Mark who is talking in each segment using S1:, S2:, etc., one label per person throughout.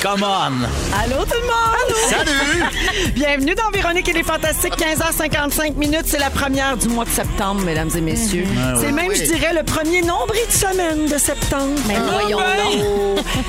S1: Come on!
S2: Allô tout le monde!
S1: Salut!
S2: Bienvenue dans Véronique et les Fantastiques, 15h55 minutes. C'est la première du mois de septembre, mesdames et messieurs.
S1: Mhm. Ah
S2: C'est même, je dirais, le premier nombril de semaine de septembre. Mais
S3: voyons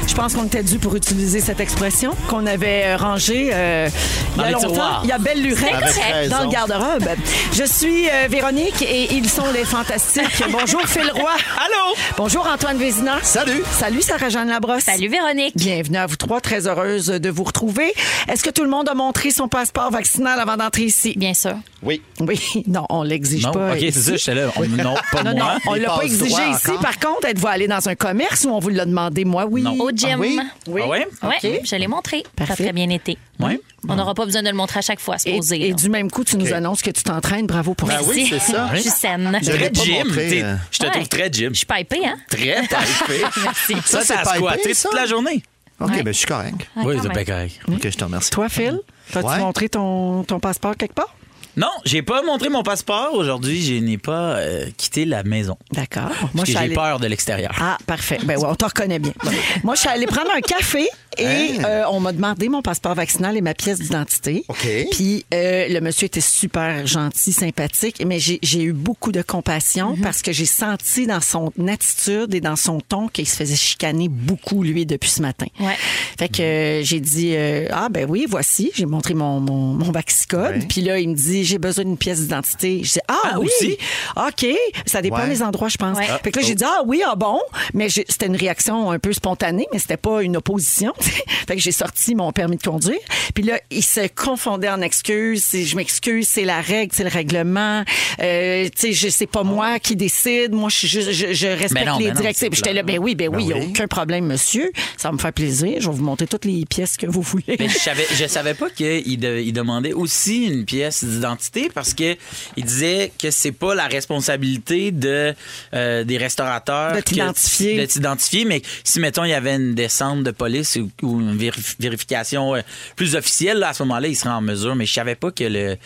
S2: Je pense qu'on était dû pour utiliser cette expression qu'on avait euh, rangée euh, il y a
S1: les
S2: longtemps.
S1: tiroirs.
S2: Il y a belle lurette
S1: Avec raison.
S2: dans le garde-robe. Je suis euh, Véronique et ils sont les Fantastiques. Bonjour Phil Roy.
S1: Allô?
S2: Bonjour Antoine Vézina.
S1: Salut!
S2: Salut Sarah-Jeanne Labrosse.
S3: Salut Véronique.
S2: Bienvenue à vous trois, très heureuse de vous retrouver. Est-ce que tout le monde a montré son passeport vaccinal avant d'entrer ici?
S3: Bien sûr.
S1: Oui.
S2: Oui, non, on l'exige
S1: Non,
S2: pas.
S1: ok, c'est
S2: ici.
S1: ça, j'étais là. On- Non, pas
S2: Non,
S1: moi.
S2: non, on
S1: Les
S2: l'a pas
S1: passes
S2: exigé
S1: droits
S2: ici.
S1: encore.
S2: Par contre, êtes-vous allé dans un commerce où on vous l'a demandé? Moi, oui.
S1: Non.
S3: Au gym.
S1: Ah oui?
S2: Oui.
S1: Ah ouais?
S3: Ouais,
S2: OK.
S3: je l'ai montré.
S2: Parfait.
S3: Ça a très bien été.
S1: Ouais.
S3: On n'aura pas besoin de le montrer à chaque fois,
S2: Et,
S3: supposé.
S2: et
S3: là.
S2: du même coup, tu nous annonces que tu t'entraînes. Bravo pour
S4: Ben
S2: ça.
S4: oui, c'est ça.
S3: Je suis saine.
S4: Je l'ai
S1: Très
S4: pas
S1: gym.
S4: montré,
S1: t'es-
S4: euh.
S1: Je te
S3: Ouais.
S1: trouve très gym.
S3: Je suis pipée, hein?
S1: Très typé. Ça,
S4: Ça,
S1: c'est
S4: c'est pas
S1: squatter
S4: épais,
S1: toute la journée.
S4: OK,
S3: Ouais.
S4: ben je suis correct.
S3: Ah, quand même.
S1: correct.
S4: OK, je te remercie.
S2: Toi, Phil, as-tu
S4: Ouais.
S2: montré ton, ton passeport quelque part?
S1: Non, j'ai pas montré mon passeport aujourd'hui. Je n'ai pas euh, quitté la maison.
S2: D'accord. Moi,
S1: Parce
S2: je
S1: que
S2: suis
S1: j'ai
S2: allée-
S1: peur de l'extérieur.
S2: Ah, parfait. Ben ouais, on te reconnaît bien. Moi, je suis allée prendre un café et
S4: Hein?
S2: euh, on m'a demandé mon passeport vaccinal et ma pièce d'identité.
S4: OK.
S2: Puis euh, le monsieur était super gentil, sympathique, mais j'ai j'ai eu beaucoup de compassion
S4: Mm-hmm.
S2: parce que j'ai senti dans son attitude et dans son ton qu'il se faisait chicaner beaucoup, lui, depuis ce matin.
S3: Ouais.
S2: Fait que euh, j'ai dit, euh, ah ben oui, voici, j'ai montré mon, mon, mon vaccicode.
S4: Ouais.
S2: Puis là, il me dit, j'ai besoin d'une pièce d'identité. Je dis, ah,
S1: Ah,
S2: oui,
S1: aussi?
S2: OK. Ça dépend
S4: Ouais.
S2: des endroits, je pense.
S3: Ouais. Ah,
S2: Fait que là,
S1: Oh.
S2: j'ai dit, ah oui, ah bon. Mais j'ai- c'était une réaction un peu spontanée, mais c'était pas une opposition. tu sais. fait que j'ai sorti mon permis de conduire. Puis là, il se confondait en excuses. C'est, Je m'excuse, c'est la règle, c'est le règlement. Euh, tu sais, je- c'est pas moi qui décide. Moi, je, suis juste- je, je respecte
S1: non,
S2: les
S1: mais non,
S2: directives.
S1: c'est
S2: J'étais là, ben oui, ben, oui, il n'y a aucun problème, monsieur. Ça va me faire plaisir. Je vais vous montrer toutes les pièces que vous voulez.
S1: Mais je savais, je savais pas qu'il de- il demandait aussi une pièce d'identité parce que il disait que c'est pas la responsabilité de euh, des restaurateurs
S2: De
S1: que-
S2: t'identifier.
S1: de t'identifier, mais si mettons il y avait une descente de police ou, ou une vérif- vérification euh, plus officielle là, à ce moment-là, il serait en mesure. Mais je savais pas que le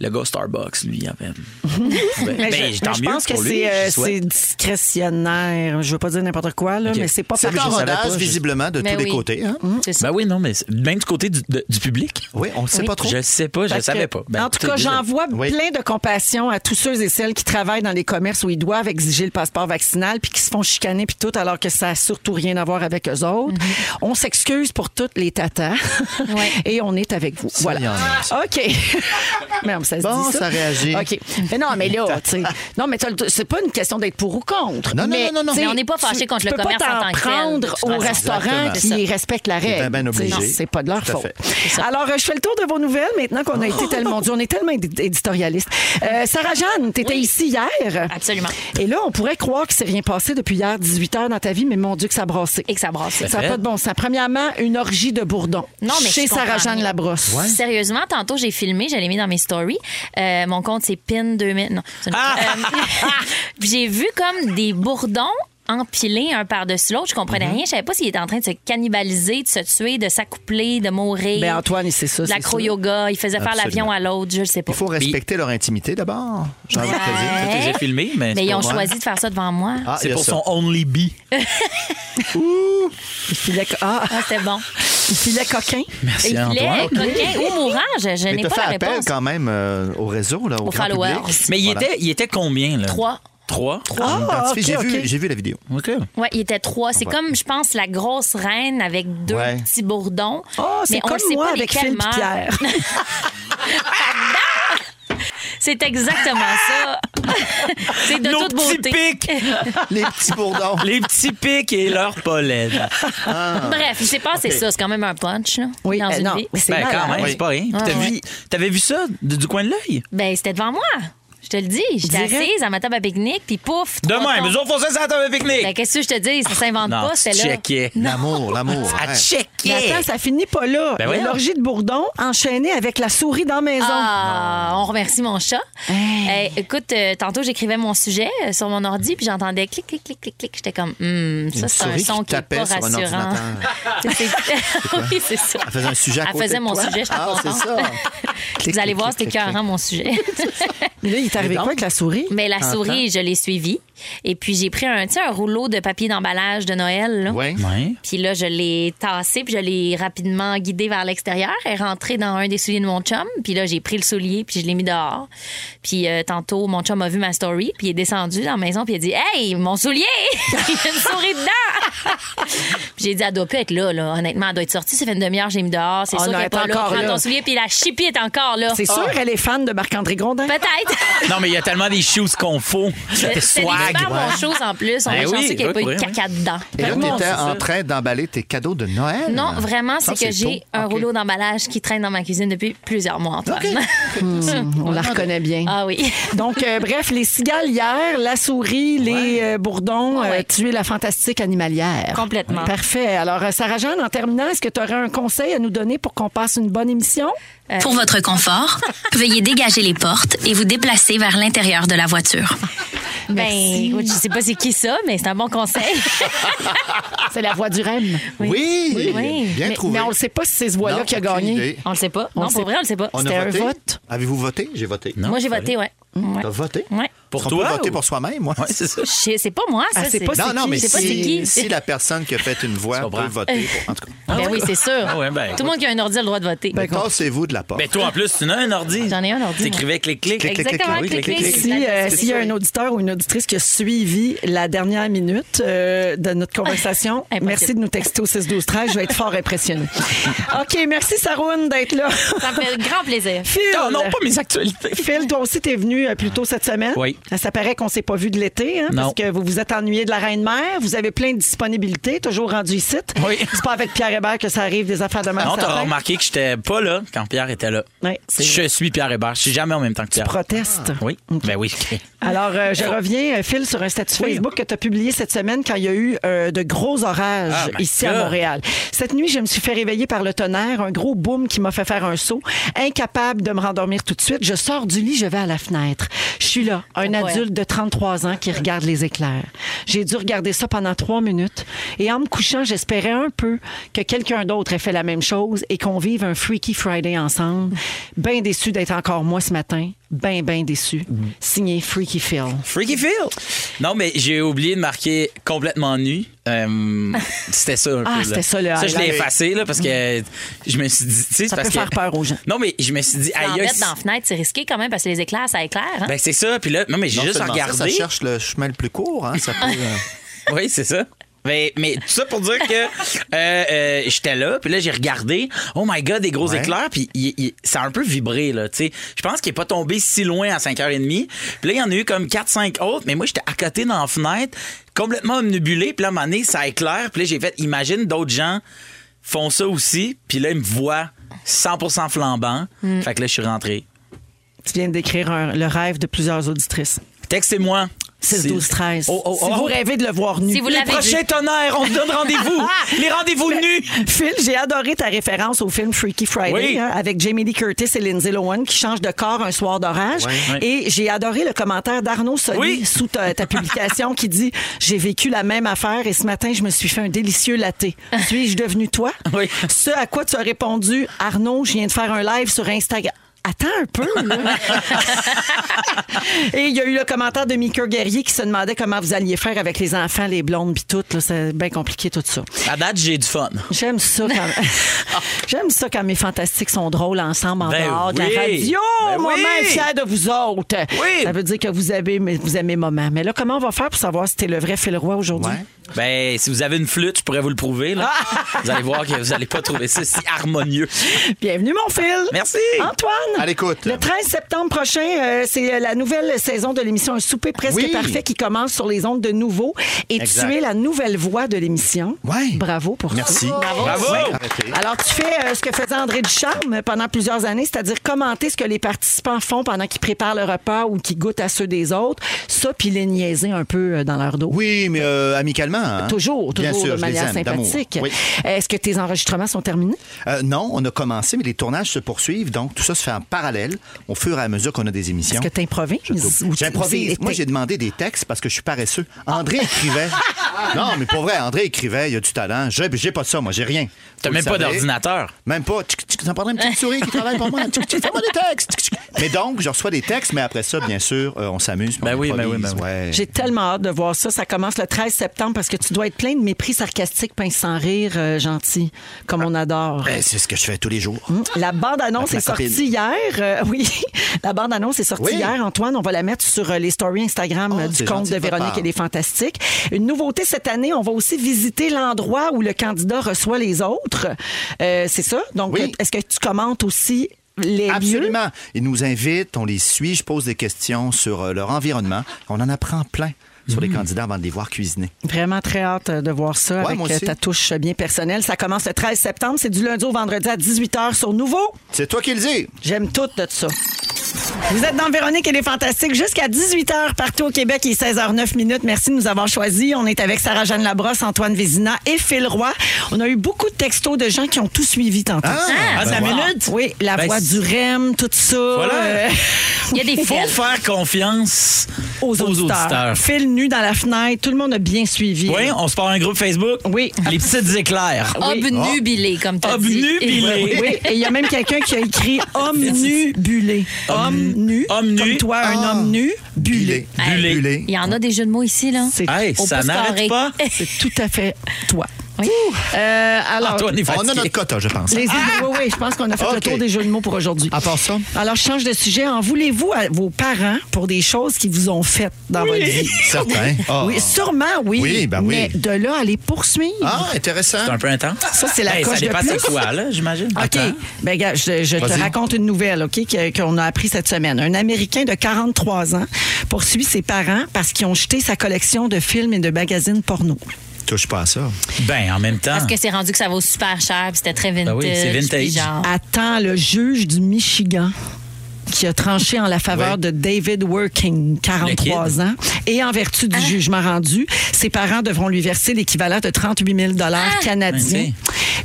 S1: le gars Starbucks lui avait. ben,
S2: Mais
S1: ben,
S2: je,
S1: tant
S2: mais je
S1: mieux
S2: pense que
S1: pour lui,
S2: c'est, euh,
S1: je souhaite.
S2: c'est discrétionnaire. Je veux pas dire n'importe quoi, là,
S1: Ok.
S2: mais c'est pas
S4: C'est
S2: par
S4: le
S1: je savais
S4: rodage,
S1: pas, je-
S4: visiblement, de
S3: Mais
S4: tous les
S3: oui. Mm.
S4: côtés. hein?
S3: C'est ça.
S1: Ben oui, non, mais c'est- même du côté du, de- du public.
S4: Oui, on ne sait
S3: Oui.
S4: pas trop.
S1: Je sais pas, je
S2: Parce
S1: savais
S2: que,
S1: pas. Ben,
S2: en tout
S1: écoutez,
S2: cas,
S1: déjà-
S2: j'envoie
S4: Oui.
S2: plein de compassion à tous ceux et celles qui travaillent dans les commerces où ils doivent exiger le passeport vaccinal puis qui se font chicaner puis tout alors que ça a surtout rien à voir avec eux autres. On s'excuse pour toutes les tatas
S3: Ouais.
S2: et on est avec vous. voilà. Ah,
S4: il y en a,
S2: OK. mais ça se
S4: Bon,
S2: dit ça.
S4: ça réagit.
S2: OK. Mais non, mais là, tu sais, non, mais t'as le- c'est pas une question d'être pour ou contre.
S4: Non, non,
S2: mais,
S4: non, non, non.
S2: tu sais,
S4: Mais
S3: on n'est pas
S2: tu-
S3: fâché contre
S2: tu
S3: le
S2: peux
S3: commerce
S2: pas
S3: en
S2: t'en
S3: tant que tel, de
S2: prendre
S3: toute
S2: au
S3: façon.
S2: restaurant
S4: Exactement.
S2: qui
S3: C'est ça.
S2: respecte la
S4: bien,
S2: règle.
S4: bien
S2: Tu sais,
S4: obligé.
S2: C'est pas de leur
S4: Tout à
S2: faute.
S4: fait.
S2: Alors, euh, je fais le tour de vos nouvelles maintenant qu'on a été tellement. On est tellement édi- éditorialiste. Euh, Sarah-Jeanne, t'étais ici hier.
S3: Absolument.
S2: Et là, on pourrait croire qu'il s'est rien passé depuis hier, 18 heures dans ta vie, mais mon Dieu, que ça a brassé.
S3: Et que ça brasse.
S2: Ça n'a pas de bon sens. Premièrement, une orgie de bourdon.
S3: Non, mais
S2: Chez
S3: je comprends
S2: Sarah-Jeanne
S3: rien.
S2: Labrosse.
S3: Sérieusement, tantôt, j'ai filmé, je l'ai mis dans mes stories. Euh, mon compte, c'est pin2000. Non. c'est une-
S2: Ah!
S3: Euh, puis j'ai vu comme des bourdons empilés un par-dessus l'autre. Je comprenais
S2: Mm-hmm.
S3: rien. Je savais pas s'il était en train de se cannibaliser, de se tuer, de s'accoupler, de mourir.
S2: Ben, Antoine, c'est ça,
S3: De
S2: c'est
S3: l'acro-yoga. Il faisait faire
S4: Absolument.
S3: l'avion à l'autre. Je le sais pas.
S4: Il faut respecter leur intimité d'abord. J'ai envie de te dire.
S3: Ouais.
S1: Je les ai filmés,
S3: Mais
S1: mais. c'est
S3: ils
S1: pas
S3: ont
S1: moi.
S3: choisi de faire ça devant moi.
S4: Ah, il
S1: C'est
S4: y a
S1: pour
S4: ça.
S1: son Only Bee.
S2: Il filait, co- ah,
S3: Ah, c'était bon.
S2: il filait coquin.
S3: Et
S1: Merci,
S3: Il
S1: Antoine.
S3: est coquin ou mourant, je, je
S4: Mais
S3: n'ai
S4: tu
S3: pas
S4: fait
S3: la
S4: appel
S3: réponse.
S4: quand même euh, au réseau, là, au
S3: Aux
S4: grand public.
S3: followers.
S1: Mais il,
S4: Voilà.
S1: était, il était combien, là?
S3: Trois.
S1: Trois?
S4: On
S2: Ah,
S4: identifie.
S2: ok,
S4: J'ai vu-
S2: ok.
S4: j'ai vu la vidéo.
S1: OK.
S3: Ouais, il était trois. C'est
S2: Ah, bah.
S4: Ouais.
S3: comme, je pense, la grosse reine avec deux
S4: Ouais.
S3: petits bourdons.
S2: Oh, c'est
S3: Mais on
S2: comme
S3: le sait
S2: moi
S3: pas
S2: avec
S3: lesquels
S2: Phil et
S3: meurent.
S2: Pierre.
S3: C'est exactement ça. c'est de
S1: Nos
S3: toute
S1: petits
S3: beauté.
S1: pics!
S4: Les petits bourdons.
S1: Les petits pics et leur pollen.
S3: Bref, il s'est passé
S4: Ok.
S3: ça. C'est quand même un punch, là.
S2: Oui,
S3: dans
S2: euh,
S3: une
S2: non,
S3: vie.
S2: mais c'est
S1: Ben,
S2: malade.
S1: quand même,
S4: Oui.
S1: c'est pas rien. Puis
S3: Ah,
S1: t'as vu-
S3: ouais.
S1: T'avais vu ça de- du coin de l'œil?
S3: Ben, c'était devant moi. J'étais
S5: te le dis. J'étais
S2: Direct.
S5: assise à ma table à pique-nique, puis pouf. trois
S1: Demain,
S5: tombes.
S1: nous autres, on s'est à un
S5: Ben,
S1: pique-nique.
S5: Qu'est-ce que je te dis? Ça s'invente
S1: Non,
S5: pas,
S1: tu
S5: c'est là.
S1: checkais.
S4: L'amour, l'amour. hein.
S1: À
S4: ouais.
S2: Mais
S1: checker.
S2: attends, ça finit pas là.
S1: Ben
S2: Il y a
S1: voyons.
S2: L'orgie de Bourdon enchaînée avec la souris dans la maison.
S5: Ah, on remercie mon chat. Eh, écoute, euh, tantôt, j'écrivais mon sujet euh, sur mon ordi, puis j'entendais clic, clic, clic, clic, clic. J'étais comme, hum, ça, c'est un
S4: souris
S5: son
S4: qui
S5: qui est
S4: tapait
S5: pas
S4: sur un
S5: rassurant.
S4: ordinateur.
S5: C'est- oui, c'est ça.
S4: Elle faisait un sujet à
S5: Elle
S4: côté
S5: faisait
S4: de
S5: mon
S4: toi.
S5: sujet, j'étais
S4: Ah, c'est
S5: contente.
S4: ça. Clic,
S5: Vous allez
S4: clic,
S5: voir,
S4: clic,
S5: c'était
S4: clic, clic.
S5: écœurant, mon sujet.
S2: Mais là, il est arrivé quoi avec la souris?
S5: Mais la souris, je l'ai suivie. Et puis, j'ai pris un, tu sais, un rouleau de papier d'emballage de Noël. là.
S4: Ouais.
S1: Ouais.
S5: Puis là, je l'ai tassée, puis je l'ai rapidement guidée vers l'extérieur. Elle est rentrée dans un des souliers de mon chum. Puis là, j'ai pris le soulier, puis je l'ai mis dehors. Puis euh, tantôt, mon chum a vu ma story, puis il est descendu dans la maison, puis il a dit Hey, mon soulier Il y a une souris dedans Puis j'ai dit Elle doit plus être là, là. Honnêtement, elle doit être sortie. Ça fait une demi-heure, j'ai mis dehors. C'est
S2: Oh
S5: sûr
S2: non,
S5: qu'elle
S2: elle
S5: est pas
S2: est
S5: là.
S2: encore
S5: Prends
S2: là.
S5: ton soulier, puis la chipie est encore là.
S2: C'est sûr, elle est fan de Marc-André Grondin.
S5: Peut-être.
S1: Non, mais il y a tellement des shoes qu'on faut.
S5: C'était
S1: C'était
S5: des
S1: swag.
S5: super bons choses en plus. On
S1: Ben
S5: est
S1: oui,
S5: chanceux qu'il n'y ait
S1: oui,
S5: pas eu de
S1: oui, oui.
S5: caca dedans.
S4: Et là,
S1: Vraiment,
S4: t'étais
S1: c'est
S4: en
S1: ça.
S4: train d'emballer tes cadeaux de Noël.
S5: Non, vraiment,
S4: Ah. Ça,
S5: c'est que j'ai
S4: tôt.
S5: un
S4: OK.
S5: rouleau d'emballage qui traîne dans ma cuisine depuis plusieurs mois, Antoine. Hmm.
S2: On la reconnaît bien.
S5: ah oui.
S2: Donc, euh, bref, les cigales hier, la souris, les euh, bourdons,
S5: Ouais.
S2: euh, tu es la fantastique animalière.
S5: Complètement.
S2: Parfait. Alors, euh, Sarah-Jeanne, en terminant, est-ce que tu aurais un conseil à nous donner pour qu'on passe une bonne émission?
S6: Pour votre confort, veuillez dégager les portes et vous déplacer vers l'intérieur de la voiture.
S5: Ben, écoute, je sais pas c'est qui ça, mais c'est un bon conseil.
S2: C'est la voix du REM.
S4: Oui,
S5: Oui.
S4: bien
S2: Mais,
S4: trouvé.
S2: mais on ne sait pas si c'est ce
S4: Non,
S2: voix-là qui a
S4: aucune
S2: gagné.
S4: idée.
S5: on le sait pas.
S2: On
S5: non,
S2: sait
S5: pour vrai, on le sait pas.
S4: On
S2: C'était
S4: a
S2: un
S4: voté.
S2: vote.
S4: Avez-vous voté? J'ai voté.
S1: Non,
S5: Moi, j'ai
S1: fallait.
S5: voté, ouais. Ouais.
S4: T'as voté?
S5: Ouais.
S1: Pour
S4: On
S1: toi,
S4: peut voter
S1: ou-
S4: pour soi-même, moi.
S1: Ouais, c'est ça.
S5: Je sais- C'est pas moi, ça.
S2: Ah, c'est pas
S4: non, non, mais
S5: Je sais pas c'est
S4: si,
S5: qui.
S4: si la personne qui a fait une voix
S1: Tu comprends.
S4: peut voter, pour- en tout cas.
S5: Ben oui, c'est sûr.
S1: Ah ouais, ben,
S5: Tout le monde qui a un ordi a le droit de voter.
S2: Ben,
S4: Mais Tassez-vous de la porte.
S1: Mais Ben, toi, en plus, tu n'as un ordi.
S5: J'en ai un ordi,
S1: T'écrivais clic-clic.
S4: Clic, clic, clic,
S5: Exactement,
S4: clic,
S5: clic,
S4: clic,
S5: clic.
S4: clic,
S2: Si, euh,
S5: C'est
S2: S'il y a
S5: sûr.
S2: un auditeur ou une auditrice qui a suivi la dernière minute euh, de notre conversation,
S5: Impossible.
S2: merci de nous texter au 6 12 13 Je vais être fort impressionnée. OK, merci Saroune d'être là.
S5: Ça me fait grand plaisir.
S2: Phil,
S1: Non, non, pas mes actualités.
S2: Phil, toi aussi, t'es venu euh, plus tôt cette semaine.
S1: Oui.
S2: Ça paraît qu'on s'est pas vu de l'été, hein,
S1: Non.
S2: parce que vous vous êtes ennuyé de la Reine-Mère. Vous avez plein de disponibilités, toujours rendu ici.
S1: Oui.
S2: C'est pas avec Pierre Hébert que ça arrive des affaires de merde.
S1: Non,
S2: certain.
S1: t'as remarqué que j'étais pas là quand Pierre était là.
S2: Ouais, c'est
S1: je suis Pierre Hébert. Je suis jamais en même temps que Pierre.
S2: Proteste.
S1: Oui. Ben oui.
S2: Alors, euh, je reviens, euh, Phil, sur un statut Facebook que tu as publié cette semaine quand il y a eu euh, de gros orages
S1: Ah, my
S2: ici à
S1: God.
S2: Montréal. Cette nuit, je me suis fait réveiller par le tonnerre, un gros boom qui m'a fait faire un saut. Incapable de me rendormir tout de suite, je sors du lit, je vais à la fenêtre. Je suis là, un
S5: Incroyable.
S2: adulte de 33 ans qui regarde les éclairs. J'ai dû regarder ça pendant trois minutes. Et en me couchant, j'espérais un peu que quelqu'un d'autre ait fait la même chose et qu'on vive un Freaky Friday ensemble. Bien déçu d'être encore moi ce matin. Ben, ben déçu. Signé Freaky Phil.
S1: Freaky Phil. Non, mais j'ai oublié de marquer complètement nu. Euh, c'était ça un
S2: Ah,
S1: peu, là.
S2: c'était ça, le
S1: Ça, je l'ai
S2: highlight. Mm.
S1: effacé, là, parce que je me suis dit. tu sais,
S2: Ça
S1: parce
S2: peut
S1: que-
S2: faire peur aux gens.
S1: Non, mais je me suis dit, aïe, aïe,
S5: L'embête dans la fenêtre, c'est risqué quand même parce que les éclairs, ça éclaire. hein.
S1: Ben, c'est ça. Puis là, non, mais j'ai
S4: Non
S1: juste
S4: seulement ça,
S1: regardé.
S4: Ça, cherche le chemin le plus court. Hein, ça peut, euh,
S1: Oui, c'est ça. Mais, mais tout ça pour dire que euh, euh, j'étais là, puis là, j'ai regardé. Oh my God, des gros
S4: Ouais.
S1: éclairs, puis il- il- ça a un peu vibré, là, tu sais. Je pense qu'il est pas tombé si loin à 5h30. Puis là, il y en a eu comme 4-5 autres, mais moi, j'étais à côté dans la fenêtre, complètement omnibulé, puis là, à un moment donné, ça éclaire, puis là, j'ai fait, imagine d'autres gens font ça aussi, puis là, ils me voient 100% flambant. Fait que là, je suis rentré.
S2: Tu viens de décrire un- le rêve de plusieurs auditrices.
S1: Textez-moi.
S2: 6, 12, 13.
S1: Oh, oh,
S2: Si
S1: oh.
S2: vous rêvez de le voir nu.
S5: Si vous
S1: Les
S5: l'avez vu.
S1: prochains tonnerres, on se donne rendez-vous. Les rendez-vous nus.
S2: Phil, j'ai adoré ta référence au film Freaky Friday
S1: Oui.
S2: hein, avec Jamie Lee Curtis et Lindsay Lohan qui changent de corps un soir d'orage.
S4: Oui.
S2: Et j'ai adoré le commentaire d'Arnaud Soli
S1: Oui.
S2: sous ta, ta publication qui dit J'ai vécu la même affaire et ce matin, je me suis fait un délicieux laté. Suis-je devenu toi
S1: Oui.
S2: Ce à quoi tu as répondu Arnaud, je viens de faire un live sur Instagram. Attends un peu, là. Et il y a eu le commentaire de Mika Guerrier qui se demandait comment vous alliez faire avec les enfants, les blondes, puis tout. là. C'est bien compliqué, tout ça.
S1: À date, j'ai du fun.
S2: J'aime ça quand J'aime ça quand mes fantastiques sont drôles ensemble en
S1: Ben
S2: dehors de
S1: oui.
S2: la radio.
S1: Ben
S2: Maman
S1: oui.
S2: est fière de vous autres.
S1: Oui.
S2: Ça veut dire que vous aimez, vous aimez maman. Mais là, comment on va faire pour savoir si t'es le vrai Phil Roy aujourd'hui?
S4: Ouais.
S1: Ben, si vous avez une flûte, je pourrais vous le prouver. là.
S2: Ah!
S1: vous allez voir que vous n'allez pas trouver ça si harmonieux.
S2: Bienvenue, mon Phil.
S1: Merci.
S2: Antoine.
S4: À l'écoute.
S2: Le 13 septembre prochain, euh, c'est euh, la nouvelle saison de l'émission Un souper presque
S4: Oui.
S2: parfait qui commence sur les ondes de nouveau. Et
S4: Exact.
S2: tu es la nouvelle voix de l'émission.
S4: Ouais.
S2: Bravo pour
S4: Merci.
S2: ça.
S1: Bravo.
S4: Arrêtez.
S2: Alors, tu fais euh, ce que faisait André Ducharme pendant plusieurs années, c'est-à-dire commenter ce que les participants font pendant qu'ils préparent le repas ou qu'ils goûtent à ceux des autres. Ça, puis les niaiser un peu euh, dans leur dos.
S4: Oui, mais euh, amicalement. hein.
S2: Toujours,
S4: Bien
S2: toujours
S4: sûr,
S2: de
S4: je les
S2: manière
S4: aime, d'amour.
S2: sympathique.
S4: Oui.
S2: Est-ce que tes enregistrements sont terminés?
S4: Euh, non, on a commencé, mais les tournages se poursuivent. Donc, tout ça se fait en parallèle au fur et à mesure qu'on a des émissions.
S2: Est-ce que tu improvises? Ou tu-
S4: J'improvise.
S2: c'est-
S4: Moi, j'ai demandé des textes parce que je suis paresseux. André
S2: Ah.
S4: écrivait. non, mais pour vrai, André écrivait, il a du talent. J'ai, j'ai pas ça, moi, j'ai rien.
S1: T'as
S4: Vous
S1: même
S4: le
S1: pas
S4: savez.
S1: d'ordinateur.
S4: Même pas. Tchic, tchic, T'en prendrais une petite souris qui travaille pour moi. Tchic, tchic, Fais-moi des textes. Tchic, tchic. Mais donc, je reçois des textes, mais après ça, bien sûr, euh, on s'amuse. puis
S1: Ben
S4: on
S1: oui, ben oui,
S4: improvise.
S1: ben oui.
S4: Ouais.
S2: J'ai tellement hâte de voir ça. Ça commence le 13 septembre parce que tu dois être plein de mépris sarcastique, pince sans rire, euh, gentil, comme on adore.
S4: Ben, c'est ce que je fais tous les jours.
S2: La bande-annonce est
S4: Avec ma
S2: sortie
S4: copine.
S2: hier. Euh, oui, la bande-annonce est sortie
S4: Oui.
S2: hier, Antoine. On va la mettre sur euh, les stories Instagram
S4: Ah,
S2: euh, du
S4: c'est
S2: compte
S4: gentil
S2: de
S4: de votre
S2: Véronique.
S4: part.
S2: Elle est fantastique. Une nouveauté cette année, on va aussi visiter l'endroit où le candidat reçoit les autres. Euh, C'est ça? Donc,
S4: Oui.
S2: est-ce que tu commentes aussi les lieux?
S4: Absolument. Ils nous invitent, on les suit, je pose des questions sur euh, leur environnement. On en apprend plein sur
S5: Mm.
S4: les candidats avant de les voir cuisiner.
S2: Vraiment très hâte euh, de voir ça avec
S4: moi
S2: euh,
S4: aussi.
S2: ta touche euh, bien personnelle. Ça commence le 13 septembre. C'est du lundi au vendredi à 18h sur Nouveau.
S4: C'est toi qui le dis.
S2: J'aime tout de ça. Vous êtes dans Véronique et les Fantastiques jusqu'à 18h partout au Québec. Il est 16h09 minutes. Merci de nous avoir choisis. On est avec Sarah-Jeanne Labrosse, Antoine Vézina et Phil Roy. On a eu beaucoup de textos de gens qui ont tout suivi tantôt.
S1: Ah, cinq
S4: voilà.
S1: minutes?
S2: Ben Oui, la
S1: Ben,
S2: voix
S1: c'est-
S2: du REM, tout ça. euh,
S1: Voilà.
S5: Il y a des
S1: Faut
S5: fêtes.
S1: faire confiance
S2: aux auditeurs. Phil nu dans la fenêtre. Tout le monde a bien suivi.
S1: Oui, on se part un groupe Facebook.
S2: Oui.
S1: Les petites éclairs.
S5: Ah, Obnubilé,
S4: Ah.
S5: comme tu as dit.
S1: Obnubilé.
S5: Et-
S2: Oui, et il y a même quelqu'un qui a écrit homme nu bulé. Homme nu. Ah.
S1: Homme
S2: Comme
S1: nu.
S2: toi, un homme nu bulé.
S4: Bulé.
S5: Hey,
S1: Bulé.
S4: Bulé.
S5: Il y en a des jeux de mots ici, là.
S2: C'est
S1: Hey,
S5: On
S1: ça
S5: peut se
S1: n'arrête
S5: carrer.
S1: pas.
S2: C'est tout à fait toi.
S5: Oui.
S2: Euh, alors,
S1: Antoine est
S4: Ah, On a
S1: fatigué.
S4: notre quota, je pense.
S2: les oui, oui, je pense qu'on a fait le
S4: OK.
S2: tour des jeux de mots pour aujourd'hui.
S4: À part ça?
S2: Alors, je change de sujet. En voulez-vous à vos parents pour des choses qu'ils vous ont faites dans votre vie?
S4: Certain. Ah.
S2: oui, sûrement, oui.
S4: Oui, ben oui.
S2: Mais de là à les poursuivre.
S4: Ah, intéressant.
S1: C'est un peu intense.
S2: Ça, c'est la
S1: Hey,
S2: coche
S1: Ça
S2: de
S1: dépasse
S2: plus.
S1: c'est quoi, là, j'imagine.
S2: OK. Ben, gars, je, je te
S4: Vas-y.
S2: raconte une nouvelle, OK, que- qu'on a appris cette semaine. Un Américain de 43 ans poursuit ses parents parce qu'ils ont jeté sa collection de films et de magazines porno.
S4: Touche pas à ça.
S1: Ben, en même temps.
S5: Parce que c'est rendu que ça vaut super cher, puis c'était très
S1: Ben
S5: vintage.
S1: oui, c'est vintage.
S5: puis genre-
S2: Attends le juge du Michigan qui a tranché en la faveur
S4: Ouais.
S2: de David Working, 43 ans. Et en vertu du jugement rendu, ses parents devront lui verser l'équivalent de 38 000 canadiens.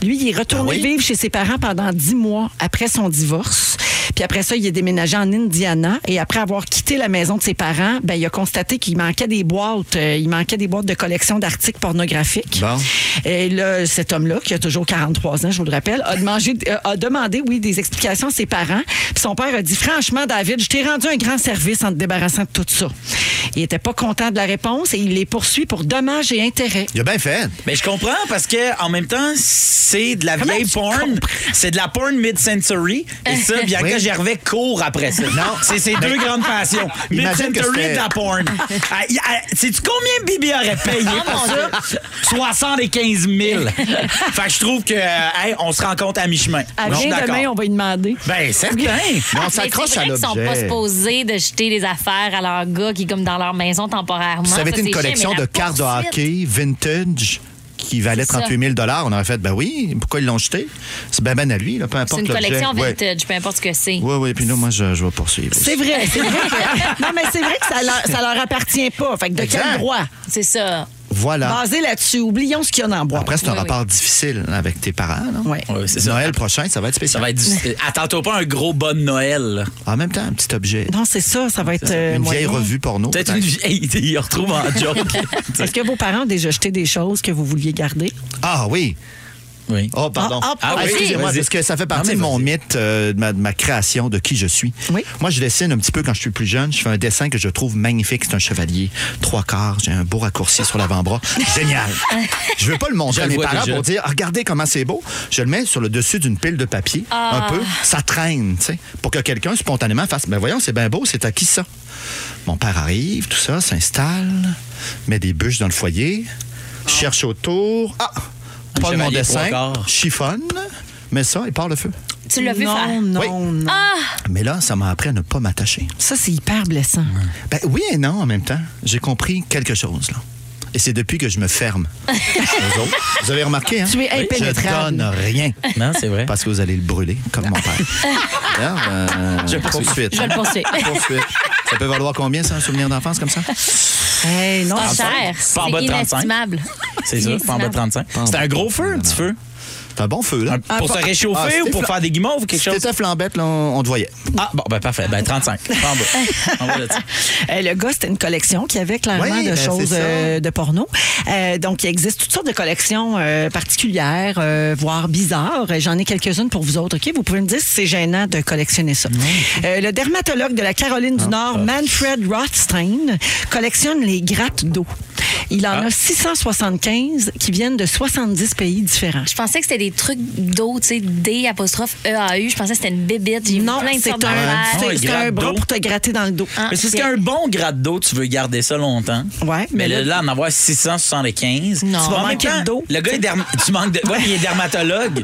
S1: Ben,
S2: Lui, il est retourné
S4: Ah oui?
S2: vivre chez ses parents pendant 10 mois après son divorce. Puis après ça, il est déménagé en Indiana. Et après avoir quitté la maison de ses parents, ben, il a constaté qu'il manquait des boîtes. euh, il manquait des boîtes de collection d'articles pornographiques.
S4: Bon.
S2: Et là, cet homme-là, qui a toujours 43 ans, je vous le rappelle, a, demandé, euh, a demandé, oui, des explications à ses parents. Puis son père a dit, franchement, David, je t'ai rendu un grand service en te débarrassant de tout ça. Il était pas content de la réponse et il les poursuit pour dommages et intérêts.
S4: Il a bien fait.
S1: Mais je comprends parce que en même temps, c'est de la
S2: Comment
S1: vieille
S2: tu
S1: porn.
S2: comprends?
S1: C'est de la porn mid-century. Et ça, Bianca
S4: Oui.
S1: Gervais court après ça. Non. C'est ses deux grandes passions.
S4: Imagine que
S1: Mid-century
S4: c'était-
S1: et de la porn. Ah, il- ah, Sais-tu combien Bibi aurait payé
S5: Oh,
S1: pour
S5: mon
S1: ça? 75 000. fait que je trouve que, euh, hey, on se rend compte à mi-chemin.
S2: À
S1: Non, je suis
S2: bien
S1: d'accord.
S2: demain, on va y demander.
S1: Ben, certain.
S4: Mais on
S5: Ah, Mais c'est
S4: s'accroche Ah, à
S5: vrai qu'ils sont pas
S4: l'objet.
S5: supposés de jeter des affaires à leur gars qui est comme dans leur maison temporairement.
S4: Si ça avait été une
S5: c'est
S4: collection
S5: chiant, mais
S4: de
S5: la
S4: cartes de
S5: poursuite-
S4: hockey vintage qui valait
S5: C'est ça.
S4: 38 000 on aurait fait, ben oui, pourquoi ils l'ont jeté? C'est ben ben à lui, là, peu
S5: C'est
S4: importe
S5: une
S4: l'objet.
S5: collection
S4: Ouais.
S5: vintage, peu importe ce que c'est.
S4: Oui, oui, puis là, moi, je, je vais poursuivre.
S2: C'est vrai, c'est vrai. que- non, mais c'est vrai que ça leur, ça leur appartient pas. Fait que de quel
S4: Exact.
S2: droit?
S5: C'est ça.
S4: Voilà.
S2: Basé là-dessus, oublions ce qu'il y en a en bois.
S4: Après, c'est un
S5: Oui,
S4: rapport difficile hein, avec tes parents. non?
S2: Ouais.
S1: Ouais, c'est ça.
S4: Noël prochain, ça va être
S1: Ça
S4: spécial.
S1: va être difficile. Attends-toi pas un gros bon Noël. là.
S4: En même temps, un petit objet.
S2: Non, c'est ça, ça va être. euh,
S4: Une vieille
S2: moyen.
S4: revue porno.
S1: Peut-être une vieille idée, il retrouve en joke.
S2: Est-ce que vos parents ont déjà jeté des choses que vous vouliez garder?
S4: Ah oui.
S1: oui.
S4: Oh, pardon.
S2: Ah, ah,
S1: Ah oui,
S4: excusez-moi,
S1: vas-y.
S4: parce que ça fait
S1: Non,
S4: partie
S1: mais
S4: de mon
S1: vas-y.
S4: mythe, euh, de, ma, de ma création de qui je suis.
S2: Oui.
S4: Moi, je dessine un petit peu quand je suis plus jeune. Je fais un dessin que je trouve magnifique. C'est un chevalier, trois quarts. J'ai un beau raccourci sur l'avant-bras. Génial. Je veux pas le montrer
S1: Je
S4: à
S1: le
S4: mes
S1: vois
S4: parents
S1: déjà.
S4: pour dire Ah, regardez comment c'est beau. Je le mets sur le dessus d'une pile de papier,
S2: Ah.
S4: un peu. Ça traîne, tu sais, pour que quelqu'un spontanément fasse Ben voyons, c'est bien beau. C'est à qui ça Mon père arrive, tout ça, s'installe, met des bûches dans le foyer. Je cherche autour. Ah! Pas de mon
S1: chevalier
S4: dessin.
S1: trois quarts.
S4: Chiffonne. Mais ça, il part le feu.
S5: Tu l'as vu
S2: non,
S5: faire.
S2: Non,
S4: Oui.
S2: non,
S4: Mais là, ça m'a appris à ne pas m'attacher.
S2: Ça, c'est hyper blessant.
S4: Ben oui et non en même temps. J'ai compris quelque chose, là. Et c'est depuis que je me ferme. Aux autres. Vous avez remarqué, hein?
S2: Tu es
S4: Je
S2: impénétrable.
S4: donne rien.
S1: Non, c'est vrai.
S4: Parce que vous allez le brûler, comme mon père. Alors, euh,
S1: Je poursuis.
S4: poursuite.
S5: Je le poursuis.
S4: Poursuite. Ça peut valoir combien, ça, un souvenir d'enfance comme ça?
S2: Hey, non,
S5: Pas
S2: c'est-
S5: cher.
S1: Pas en bas
S5: C'est
S1: de 35.
S5: inestimable.
S1: C'est ça, pas en bas de 35. C'était un gros feu, un petit feu.
S4: C'est un bon feu, là.
S1: Un- pour se
S4: Ah,
S1: réchauffer
S4: c'était
S1: ou pour
S4: fla-
S1: faire des guimauves ou quelque
S4: Si
S1: chose?
S4: t'étais flambette, là, on, on te voyait.
S1: Ah, bon, ben parfait. Ben 35. Pas en bas. En bas de ça.
S2: Euh, le gars, c'était une collection qui avait clairement
S4: Oui,
S2: de
S4: ben,
S2: choses
S4: c'est ça.
S2: euh, de porno. Euh, donc, il existe toutes sortes de collections euh, particulières, euh, voire bizarres. Euh, J'en ai quelques-unes pour vous autres. Ok, Vous pouvez me dire si c'est gênant de collectionner ça. Euh, le dermatologue de la Caroline du
S4: Ah,
S2: Nord, Manfred Rothstein, collectionne les grattes d'eau. Il en
S4: Ah.
S2: a 675 qui viennent de 70 pays différents.
S5: Je pensais que c'était des trucs d'eau, tu sais, D apostrophe EAU. Je pensais que c'était une bébite. J'ai vu
S2: Non,
S5: plein de
S2: c'est
S5: sortes
S2: un,
S5: d'affaires.
S2: c'est-
S4: Ah,
S1: Oh, un
S2: c'est un
S1: gratte
S2: bras
S1: d'eau.
S2: pour te gratter dans le dos.
S5: Ah,
S1: Mais c'est
S5: ok.
S1: qu'un bon grade d'eau, tu veux garder ça longtemps.
S2: Ouais,
S1: Mais,
S2: mais là-
S1: là, là, en avoir 675.
S5: Non. Tu vas
S1: En même
S2: manquer de
S1: temps,
S2: d'eau.
S1: Le gars, est derm- tu manques de. Ouais, il est dermatologue.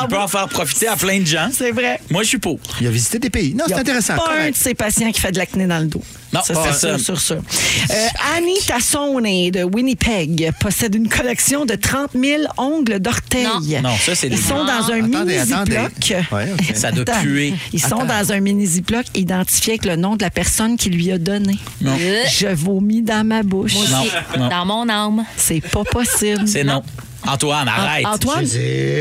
S1: il peut en faire profiter à plein de gens.
S2: C'est vrai.
S1: Moi, je suis pour.
S4: Il a visité des pays. Non,
S2: Il y
S4: c'est
S2: a
S4: intéressant.
S2: Pas un de
S4: correct.
S2: ces patients qui fait de l'acné dans le dos.
S1: Non,
S2: ça,
S1: pas
S2: c'est
S1: un.
S2: sûr, sûr, sûr. Euh, Annie Tassone de Winnipeg possède une collection de 30 000 ongles d'orteils.
S1: Non, ça, c'est
S2: Ils
S1: des-
S2: sont dans un
S4: Attendez,
S2: mini
S4: attendez.
S2: ziploc.
S4: Ouais, ok.
S1: Ça doit puer.
S2: Ils sont dans un mini ziploc identifié avec le nom de la personne qui lui a donné.
S1: Non.
S5: Euh,
S2: Je vomis dans ma bouche.
S5: moi aussi,
S1: Non, non.
S5: Dans mon âme.
S2: C'est pas possible.
S1: C'est non. Antoine, arrête.
S2: Antoine,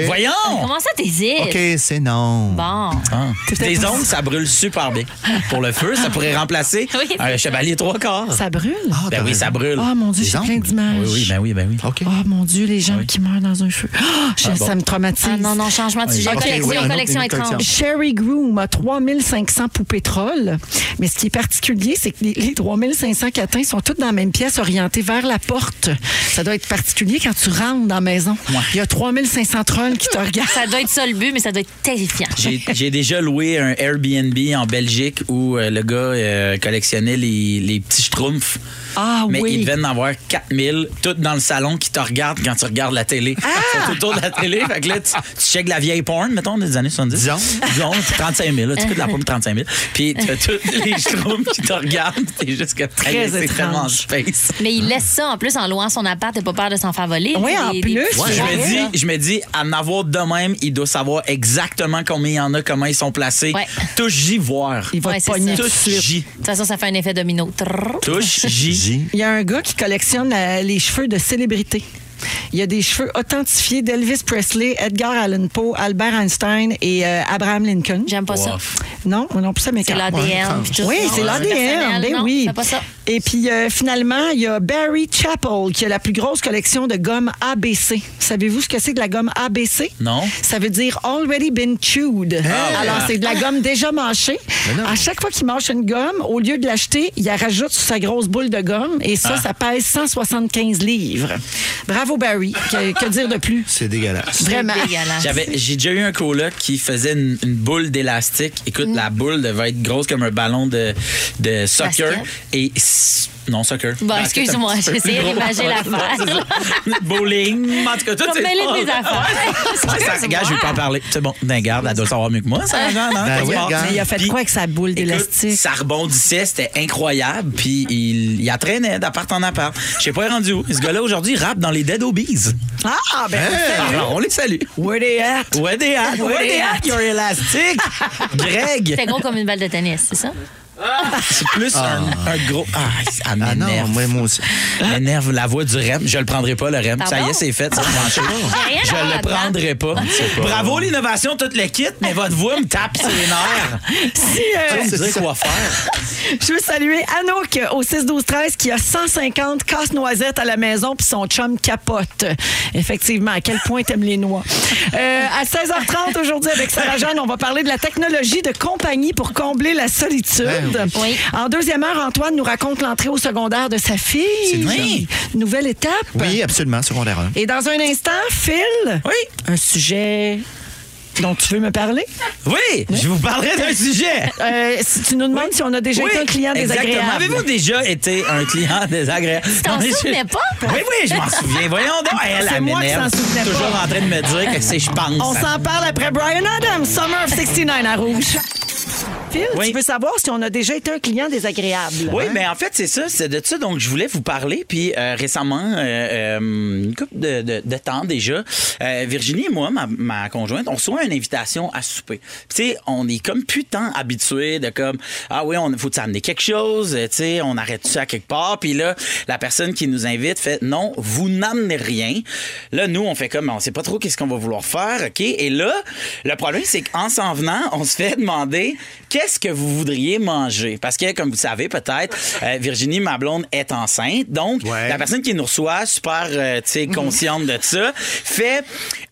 S1: Voyons!
S5: Comment ça t'hésites?
S4: OK, c'est non.
S5: Bon.
S1: Ah.
S2: C'était
S1: Les
S2: pas-
S1: ongles, ça brûle super bien. Pour le feu, ça pourrait remplacer
S5: Oui.
S1: un chevalier trois quarts.
S2: ça brûle?
S4: Ah,
S1: Ben
S4: t'as
S1: oui,
S4: raison.
S1: ça brûle.
S2: Oh mon Dieu,
S4: Les
S2: j'ai
S4: ongles.
S2: plein d'images.
S1: Oui, oui, ben oui, ben oui.
S4: OK.
S2: Oh mon Dieu, les gens qui meurent dans un feu. Ah, je-
S1: Ah, bon.
S2: Ça me traumatise.
S5: Ah non, non, changement de sujet.
S4: Ok,
S5: collection,
S4: oui, un autre-
S5: collection
S4: une autre
S5: étrange.
S4: collection.
S2: Sherry Groom a 3500 poupées trolls. Mais ce qui est particulier, c'est que les, les 3500 catins sont toutes dans la même pièce, orientées vers la porte. Ça doit être particulier quand tu rentres dans la maison. Il y a 3500 trolls qui te regardent.
S5: Ça doit être ça le but, mais ça doit être terrifiant.
S1: J'ai j'ai déjà loué un Airbnb en Belgique où euh, le gars euh, collectionnait les, les petits schtroumpfs.
S2: Ah
S1: Mais
S2: oui.
S1: il devait en avoir 4000, toutes dans le salon qui te regardent quand tu regardes la télé. Ils sont autour de la télé. Fait que là, tu, tu checkes la vieille porn, mettons, des années 70.
S4: Disons.
S1: Disons, 35 000. Là, tu coûtes la pomme 35 000. Puis t'as toutes les schtroumpfs qui te regardent. T'es juste que
S2: Très
S1: hey, c'est
S2: étrange.
S1: tellement space.
S5: Mais il laisse ça en plus en louant son appart, t'as pas peur de s'en faire voler.
S2: Oui,
S5: Des-
S2: en
S5: des-
S2: plus.
S5: des-
S2: Ouais.
S1: Je
S2: Ouais.
S1: me dis, je me dis, à en avoir de même, il doit savoir exactement combien il y en a, comment ils sont placés.
S5: Ouais.
S1: Touche j'y voir.
S2: Il va
S5: Ouais,
S2: te
S5: c'est
S2: pogner
S5: ça.
S2: tout de
S1: Touche
S2: suite.
S1: J.
S5: De toute façon, ça fait un effet domino. Trrr.
S1: Touche J.
S4: J.
S2: Il y a un gars qui collectionne euh, les cheveux de célébrités. Il y a des cheveux authentifiés d'Elvis Presley, Edgar Allan Poe, Albert Einstein et euh, Abraham Lincoln.
S5: J'aime pas ça.
S1: Ouf.
S2: Non, non plus ça
S5: C'est
S2: m'écarte.
S5: l'ADN.
S4: ouais,
S2: Oui, c'est l'ADN. Ben oui.
S5: Fais pas ça.
S2: Et puis euh, finalement, il y a Barry Chappell qui a la plus grosse collection de gomme ABC. Savez-vous ce que c'est de la gomme ABC?
S1: Non.
S2: Ça veut dire already been chewed.
S1: Ah,
S2: Alors
S1: ouais.
S2: c'est de la gomme déjà mâchée.
S4: Mais non.
S2: À chaque fois qu'il mâche une gomme, au lieu de l'acheter, il la rajoute sur sa grosse boule de gomme et
S1: Ah.
S2: ça, ça pèse 175 livres. Bravo Barry. Que, que dire de plus?
S4: C'est dégueulasse.
S2: Vraiment.
S5: C'est dégueulasse.
S1: J'avais, j'ai déjà eu un coloc qui faisait une, une boule d'élastique. Écoute,
S2: Mm.
S1: la boule devait être grosse comme un ballon de, de soccer.
S5: Basket.
S1: Et s- non, soccer.
S5: Bon,
S1: Basket,
S5: excuse-moi,
S1: un petit peu
S5: j'ai essayé
S1: plus gros.
S5: d'imager l'affaire.
S1: Ouais, c'est ça. Bowling. En tout cas, tout
S5: Je vais me mêler de mes affaires.
S1: Ouais, ça, regarde, je vais pas en parler. C'est bon, ben, regarde, elle doit savoir mieux que moi, ça, Jeanne, hein?
S4: Ben
S1: Faut
S4: oui,
S1: voir.
S4: regarde.
S2: Ah. Mais il a fait
S1: Puis-
S2: quoi avec sa boule
S1: Écoute,
S2: d'élastique?
S1: Ça rebondissait, c'était incroyable. Puis il, il entraînait d'appart en appart. Je sais pas il est rendu où. Ce gars-là, aujourd'hui, rappe dans les Dead Obies.
S2: Ah,
S4: Hein?
S2: ben,
S1: Alors, on les salue.
S2: where they at?
S1: Ouais, des hats. Ouais, des hats, your elastic.
S5: C'était
S1: Greg,
S5: gros comme une balle de tennis, c'est ça?
S1: c'est plus un, un gros. Ah, ça
S4: Ah non,
S1: m'énerve.
S4: moi, moi aussi.
S1: M'énerve la voix du REM. Je le prendrai pas, le REM. Ça y
S5: Pardon?
S1: est, c'est fait, c'est tranché.
S5: rien à voir
S1: Je le
S5: là-dedans.
S1: prendrai pas. Bravo l'innovation, toute le kit, mais votre voix me tape sur les nerfs.
S2: Si, euh,
S1: Tu me dis quoi faire.
S2: Je veux saluer Anouk euh, au 6-12-13 qui a 150 casse-noisettes à la maison puis son chum capote. Effectivement, à quel point t'aimes les noix. Euh, à 16h30 aujourd'hui avec Sarah Jeanne, on va parler de la technologie de compagnie pour combler la
S1: Ben
S2: solitude.
S5: Oui.
S2: En deuxième heure, Antoine nous raconte l'entrée au secondaire de sa fille.
S4: une
S2: Oui. Nouvelle étape.
S4: Oui, absolument, secondaire 1.
S2: Et dans un instant, Phil,
S1: Oui.
S2: un sujet Donc, tu veux me parler?
S1: Oui, je vous parlerai d'un sujet.
S2: Euh, si tu nous demandes si on a déjà
S1: Oui,
S2: été un client
S1: exactement.
S2: désagréable.
S1: Avez-vous déjà été un client désagréable? Tu
S5: t'en souvenais pas?
S1: Oui, oui, je m'en souviens. Voyons donc. Elle,
S2: C'est
S1: elle
S2: moi qui
S1: m'énerve.
S2: s'en souvenais pas.
S1: Toujours en train de me dire que c'est je pense.
S2: On s'en parle après Brian Adams, Summer of 69 à Rouge. Phil,
S1: Oui.
S2: tu veux savoir si on a déjà été un client désagréable?
S1: Oui, mais en fait, c'est ça, c'est de ça donc je voulais vous parler. Puis euh, récemment, euh, euh, une couple de, de- de temps déjà, euh, Virginie et moi, ma, ma conjointe, on reçoit une invitation à souper. Puis, Tu sais, on est comme putain habitué de comme ah oui, on faut t'amener quelque chose, euh, tu sais, on arrête ça à quelque part. Puis là, la personne qui nous invite fait non, vous n'amenez rien. Là, nous, on fait comme on sait pas trop qu'est-ce qu'on va vouloir faire, ok Et là, le problème c'est qu'en s'en venant, on se fait demander qu'est-ce que vous voudriez manger Parce que comme vous savez peut-être, euh, Virginie ma blonde est enceinte. Donc
S4: Ouais. Mhm.
S1: la personne qui nous reçoit, super euh, tu sais, consciente de ça, fait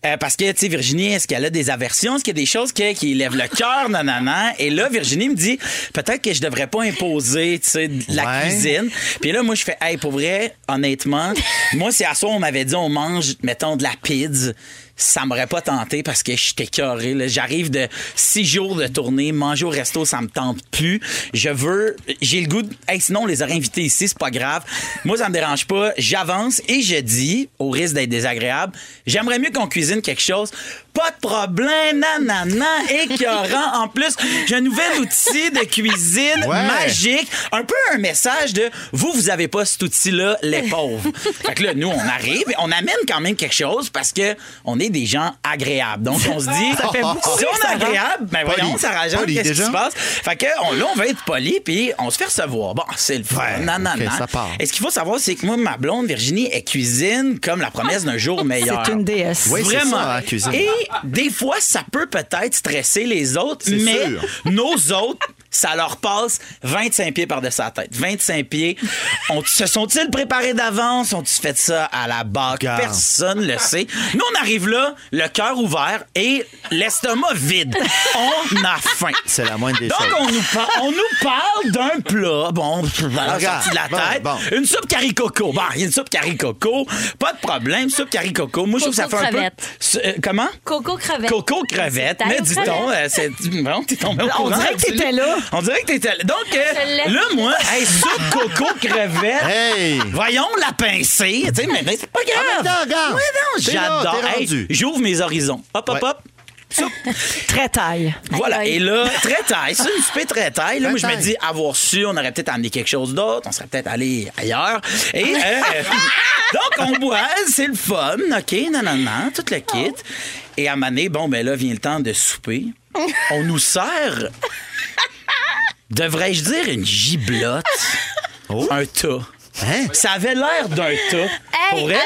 S1: euh, parce que tu sais Virginie, est-ce qu'elle a des aversions, est-ce qu'il y a des choses que- qui lèvent le cœur nanana Et là Virginie me dit peut-être que je devrais pas imposer tu sais de la
S4: Ouais.
S1: cuisine. Puis là moi je fais hey pour vrai, honnêtement, moi si à soir on m'avait dit on mange mettons de la pizza ça m'aurait pas tenté parce que j'étais carré. J'arrive de six jours de tournée, manger au resto, ça me tente plus. Je veux, j'ai le goût. de- Hey, sinon, on les aurait invités ici, c'est pas grave. Moi, ça me dérange pas. J'avance et je dis, au risque d'être désagréable, j'aimerais mieux qu'on cuisine quelque chose. Pas de problème, nanana, écœurant. En plus, j'ai un nouvel outil de cuisine
S4: Ouais.
S1: magique. Un peu un message de vous, vous avez pas cet outil-là, les pauvres. fait que là, nous, on arrive et on amène quand même quelque chose parce que on est des gens agréables. Donc, on se dit,
S4: Ça fait beaucoup
S1: si on est agréable, ben
S4: Poli.
S1: voyons, ça rajoute,
S4: Poli,
S1: qu'est-ce qui
S4: déjà?
S1: se passe? Fait que on, là, on va être poli puis on se fait recevoir. Bon, c'est le fun.
S4: Ouais,
S1: non, non,
S4: ok,
S1: non.
S4: ça part.
S1: Et ce qu'il faut savoir, c'est que moi, ma blonde, Virginie, elle cuisine comme la promesse d'un jour meilleur.
S2: C'est une déesse.
S4: Oui, c'est
S1: Vraiment.
S4: ça, la cuisine.
S1: Et des fois, ça peut peut-être stresser les autres,
S4: C'est
S1: mais
S4: sûr.
S1: nos autres, ça leur passe 25 pieds par-dessus la tête. 25 pieds. On, se sont-ils préparés d'avance? Ont-ils fait ça à la bague?
S4: Regarde.
S1: Personne le sait. Nous, on arrive là, le cœur ouvert et l'estomac vide. On a faim.
S4: C'est la moindre des
S1: Donc,
S4: choses.
S1: on nous, par- on nous parle d'un plat. Bon, voilà,
S4: Regarde,
S1: sorti de la
S4: bon,
S1: tête.
S4: bon.
S1: Une soupe caricoco. Bon, il y a une soupe caricoco. Pas de problème, soupe caricoco. Moi, je trouve que ça fait
S5: Coco
S1: un peu.
S5: crevette. Ben,
S1: Ce- euh, comment?
S5: Coco crevette.
S1: Coco crevette.
S5: C'est
S1: Mais
S5: taille aux
S1: dit-on, euh, c'est. Bon, t'es tombé au
S2: On
S1: courant.
S2: dirait que t'étais là.
S1: On dirait que t'étais là. Donc, euh,
S5: Je l'ai.
S1: là, moi, hey, soupe coco crevette.
S4: Hey!
S1: Voyons la pincée. Tu sais, mais mais c'est pas grave.
S4: Ah, mais non, regarde.
S1: Ouais, non,
S4: T'es là,
S1: j'adore.
S4: t'es
S1: Hey,
S4: rendu.
S1: J'ouvre mes horizons. Hop, hop,
S4: Ouais.
S1: hop. Soupe.
S2: Très taille.
S1: Voilà.
S5: Aïe, aïe.
S1: Et là, très taille. C'est une souper très taille. Là, moi, je me
S4: taille.
S1: dis, avoir su, on aurait peut-être amené quelque chose d'autre. On serait peut-être allé ailleurs. Et, euh, donc, on boit. C'est le fun. OK, non, non, non. Tout le kit. Et à Mané, bon, ben là, vient le temps de souper. On nous sert, devrais-je dire, une giblotte,
S4: Oh.
S1: un tas.
S4: Hein?
S1: Ça avait l'air d'un tas. pour vrai.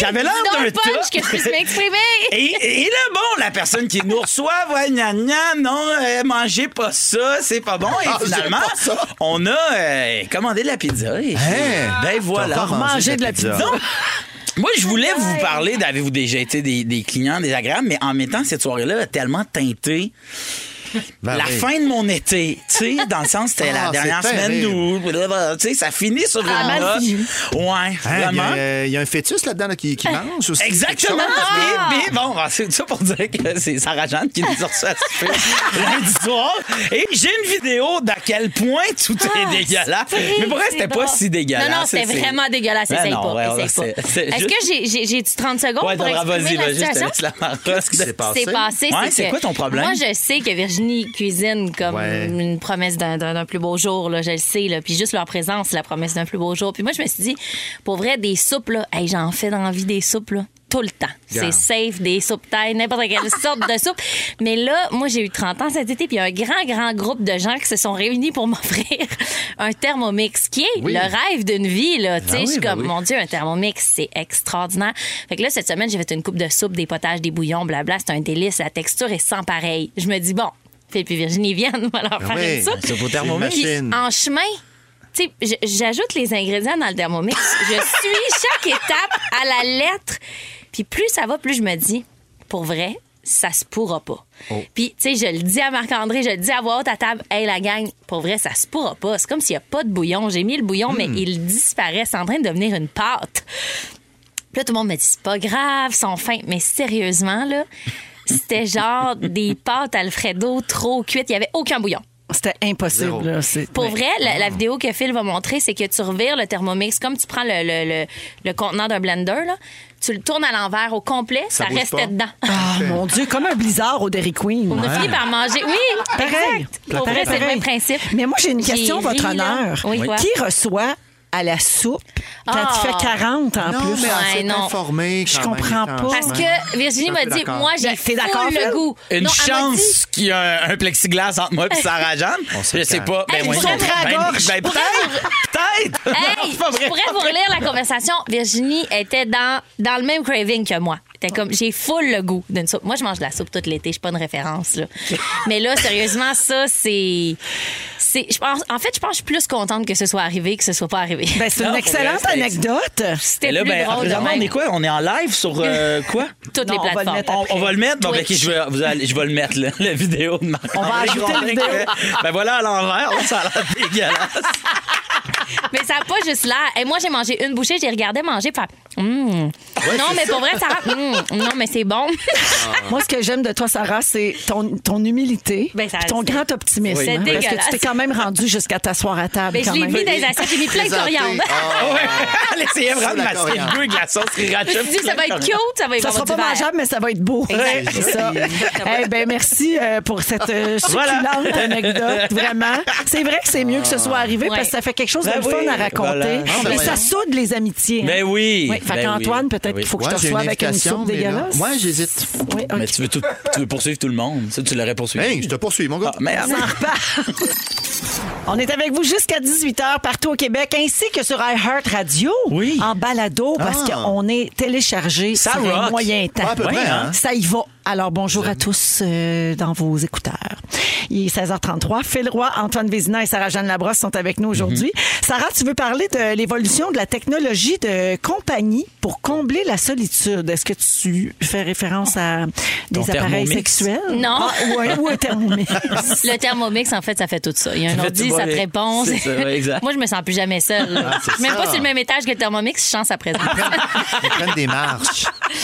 S1: J'avais l'air
S5: Dis donc,
S1: d'un tas.
S5: punch, que je puisse m'exprimer.
S1: Et, et là, bon, la personne qui nous reçoit, ouais, gna gna, non, euh, mangez pas ça, c'est pas bon. Et
S4: Mangez
S1: finalement,
S4: Ah, pas ça.
S1: on a euh, commandé de la pizza. Et,
S4: Hein?
S1: ben voilà.
S4: T'as encore mangé de la pizza.
S1: Donc, moi, je voulais vous parler d'avez-vous déjà été des, des clients désagréables, mais en même temps, cette soirée-là a tellement teinté
S4: Ben
S1: la
S4: oui.
S1: fin de mon été, tu sais, dans le sens c'était
S4: Ah,
S1: la dernière
S4: c'est
S1: semaine
S4: terrible.
S1: où, tu sais, ça finit sur une
S2: Ah, mal
S1: note.
S2: fini.
S1: Ouais,
S4: Hein, Il y
S1: vraiment.
S4: a- il y, a un fœtus là-dedans là, qui, qui mange aussi.
S1: Hein? Exactement.
S5: Ah!
S4: quelque
S1: Mais, mais bon, ah, c'est ça pour dire que c'est Sarah Jeanne qui nous a reçu à souper lundi soir. Et j'ai une vidéo d'à quel point tout est
S5: Ah,
S1: dégueulasse.
S5: c'est
S1: Mais pour vrai, c'était
S5: drôle.
S1: pas si dégueulasse.
S5: Non, non, c'était
S1: C'est-
S5: vraiment dégueulasse.
S1: Ben
S5: Essaye
S1: non,
S5: pas.
S1: ouais,
S5: essaye
S1: ouais,
S5: pas.
S1: c'est- c'est
S5: Est-ce
S1: juste-
S5: que j'ai- j'ai j'ai-tu 30 secondes
S1: Ouais,
S5: pour
S1: Laura,
S5: exprimer
S1: vas-y,
S5: la
S1: vas-y, je te
S5: situation?
S1: laisse la parole.
S4: Qu'est-ce qui s'est passé?
S5: C'est passé.
S1: Ouais,
S5: que
S1: c'est quoi ton problème?
S5: Moi, je sais que Virginie cuisine comme
S4: Ouais.
S5: une promesse d'un, d'un- d'un plus beau jour, là, je le sais. Là. Puis juste leur présence, c'est la promesse d'un plus beau jour. Puis moi, je me suis dit, pour vrai, des soupes, là, hey, j'en fais dans la vie des soupes, là, tout le temps.
S4: Garde.
S5: C'est safe, des soupes taille, n'importe quelle sorte de soupe. Mais là, moi, j'ai eu 30 ans cet été, puis il y a un grand, grand groupe de gens qui se sont réunis pour m'offrir un Thermomix, qui est
S4: Oui.
S5: le rêve d'une vie. Là, tu sais,
S1: oui,
S5: je suis
S1: ben
S5: comme,
S1: oui.
S5: mon Dieu, un Thermomix, c'est extraordinaire. Fait que là, cette semaine, j'ai fait une coupe de soupe, des potages, des bouillons, blabla. C'est un délice. La texture est sans pareil. Je me dis, bon, Philippe et Virginie viennent, on va leur
S4: Ah
S5: faire
S4: oui,
S5: une soupe.
S4: c'est pour
S5: Puis
S4: Thermomix. Machine.
S5: en chemin, tu sais, j- j'ajoute les ingrédients dans le Thermomix. je suis chaque étape à la lettre. Puis plus ça va, plus je me dis, pour vrai, ça se pourra pas.
S4: Oh.
S5: Puis, tu sais, je le dis à Marc-André, je le dis à voix haute à table, hey, la gang, pour vrai, ça se pourra pas. C'est comme s'il n'y a pas de bouillon. J'ai mis le bouillon, mais
S4: Hmm.
S5: il disparaît. C'est en train de devenir une pâte. Puis là, tout le monde me dit, c'est pas grave, ils sont fins. Mais sérieusement, là, C'était genre des pâtes Alfredo trop cuites. Il n'y avait aucun bouillon.
S2: C'était impossible.
S4: Zéro.
S2: là, c'est-
S5: Pour
S2: ouais.
S5: vrai, la, la vidéo que Phil va montrer, c'est que tu revires le thermomix comme tu prends le, le, le- le contenant d'un blender, là, tu le tournes à l'envers au complet,
S4: Ça
S5: ça,
S4: bouge
S5: restait
S4: pas.
S5: dedans.
S2: Ah, mon Dieu, comme un blizzard au Dairy Queen.
S5: On a fini par manger. Oui,
S2: Pareil.
S5: exact. Ah. Pour vrai, c'est le
S2: Pareil.
S5: même principe.
S2: Mais moi, j'ai une
S5: J'ai
S2: question, votre
S5: ri, là.
S2: honneur.
S5: Oui, quoi?
S2: Qui reçoit à la soupe quand
S5: Ah.
S2: il fait 40 en
S4: Non,
S2: plus?
S4: mais
S5: Ouais,
S4: on s'est
S5: non.
S4: informé.
S2: Je
S4: quand même,
S2: comprends
S4: étant
S2: pas.
S4: jeune.
S5: Parce que Virginie
S4: Je suis un
S5: m'a
S4: peu
S5: dit,
S4: d'accord.
S5: moi, j'ai
S2: Mais Ben, t'es
S5: full
S2: d'accord, Phil?
S5: le goût.
S1: Une
S5: Non, elle m'a dit-
S1: chance qu'il y a un, un plexiglas entre moi et Sarah Jeanne.
S4: On se
S1: je sais
S4: calme.
S1: pas. Ben,
S5: Hey, je
S1: oui, ben,
S5: pourrais me
S1: ben,
S5: raccrocher.
S1: ben, peut-être. Peut-être.
S5: Hey,
S1: Non, pas
S5: je
S1: vrai.
S5: pourrais vous relire la conversation. Virginie était dans, dans le même craving que moi. C'était comme, j'ai full le goût d'une soupe. Moi, je mange de la soupe tout l'été. Je suis pas une référence, là. Mais là, sérieusement, ça, c'est. c'est je pense, en fait, je pense que je suis plus contente que ce soit arrivé que ce soit pas arrivé.
S2: Ben, c'est
S1: Non,
S2: une
S1: pour
S2: excellente
S1: vrai, c'est-
S2: anecdote.
S5: C'était
S1: Et là,
S5: plus
S1: ben,
S5: drôle de
S1: présentement, on
S5: même.
S1: est quoi? On est en live sur euh, quoi?
S5: Toutes
S2: Non, on va
S5: les
S2: le
S5: plateformes.
S2: mettre
S1: On, on va le mettre. Bon, ben, ok,
S5: Twitch.
S1: je vais, vous allez- je vais le mettre, là, la vidéo de Marc.
S2: On va ajouter la vidéo.
S1: Ben voilà, à l'envers, Oh, ça a l'air dégueulasse.
S5: Mais ça n'a pas juste l'air. Et moi, j'ai mangé une bouchée, j'ai regardé manger, puis faire, Hmm. non, mais pour vrai, ça. hmm, non, mais c'est bon.
S2: Moi, ce que j'aime de toi, Sarah, c'est ton, ton humilité
S5: Ben, ça-
S2: puis ton grand optimisme. hein,
S5: C'est
S2: Parce que
S5: dégueulasse.
S2: tu t'es quand même rendu jusqu'à t'asseoir à table.
S5: Mais Ben, je
S2: quand
S5: l'ai
S2: même.
S5: mis dans les assiettes, j'ai mis plein de
S4: Présenté.
S5: coriandre.
S4: Ah,
S1: Ouais. Elle essayait vraiment de
S4: la
S1: masquer
S4: coriandre.
S1: le goût avec la sauce
S5: Je me
S1: sriracha.
S5: suis dit, ça va être cute, ça va être
S2: Ça sera pas mangeable, mais ça va être beau. Ouais,
S5: Exact.
S2: c'est ça. Eh ben, merci euh, pour cette euh, succulente
S1: Voilà.
S2: anecdote, vraiment. C'est vrai que c'est mieux que ce soit arrivé
S5: Ouais.
S2: parce que ça fait quelque chose de
S1: Ben
S2: le fun
S1: oui,
S2: à raconter.
S1: voilà. Ah,
S4: ben
S2: Mais ça
S4: voyons.
S2: soude les amitiés.
S1: Ben oui.
S2: Oui, fait
S1: ben
S2: qu'Antoine,
S1: oui.
S2: peut-être
S1: Ben oui.
S2: qu'il faut que
S4: Ouais,
S2: je te
S4: j'ai
S2: reçoive
S4: une
S2: avec une
S4: invitation,
S2: soupe
S4: mais là-
S2: dégueulasse.
S4: Ouais, j'hésite.
S2: Oui, ok.
S1: Mais tu veux, tout- tu veux poursuivre tout le monde. Ça, tu l'aurais poursuivi.
S4: Hey, je te poursuis, mon gars.
S1: Ah, merde.
S2: On est avec vous jusqu'à 18h partout au Québec, ainsi que sur iHeart Radio,
S1: Oui.
S2: en balado, parce
S4: Ah.
S2: qu'on est téléchargé
S1: Ça
S2: sur un
S1: rock.
S2: moyen temps.
S4: Ouais, à peu près, hein?
S2: Ça y va. Alors, bonjour à tous euh, dans vos écouteurs. Il est 16h33. Phil Roy, Antoine Vézina et Sarah-Jeanne Labrosse sont avec nous aujourd'hui.
S4: Mm-hmm.
S2: Sarah, tu veux parler de l'évolution de la technologie de compagnie pour combler la solitude. Est-ce que tu fais référence à des
S1: Ton
S2: appareils
S1: Thermomix?
S2: sexuels?
S5: Non.
S2: Ah, ou, un, ou un thermomix.
S5: Le Thermomix, en fait, ça fait tout ça. Il y a un
S1: Ça fait
S5: ordi,
S1: tout,
S5: ça
S1: ouais.
S5: te répond.
S1: C'est ça, ouais, exact.
S5: Moi, je me sens plus jamais seule. là.
S4: Ah, c'est
S5: Je suis même
S4: ça.
S5: pas sur le même étage que le Thermomix, je chance à présent.
S1: Ah,
S4: Ils prennent des marches.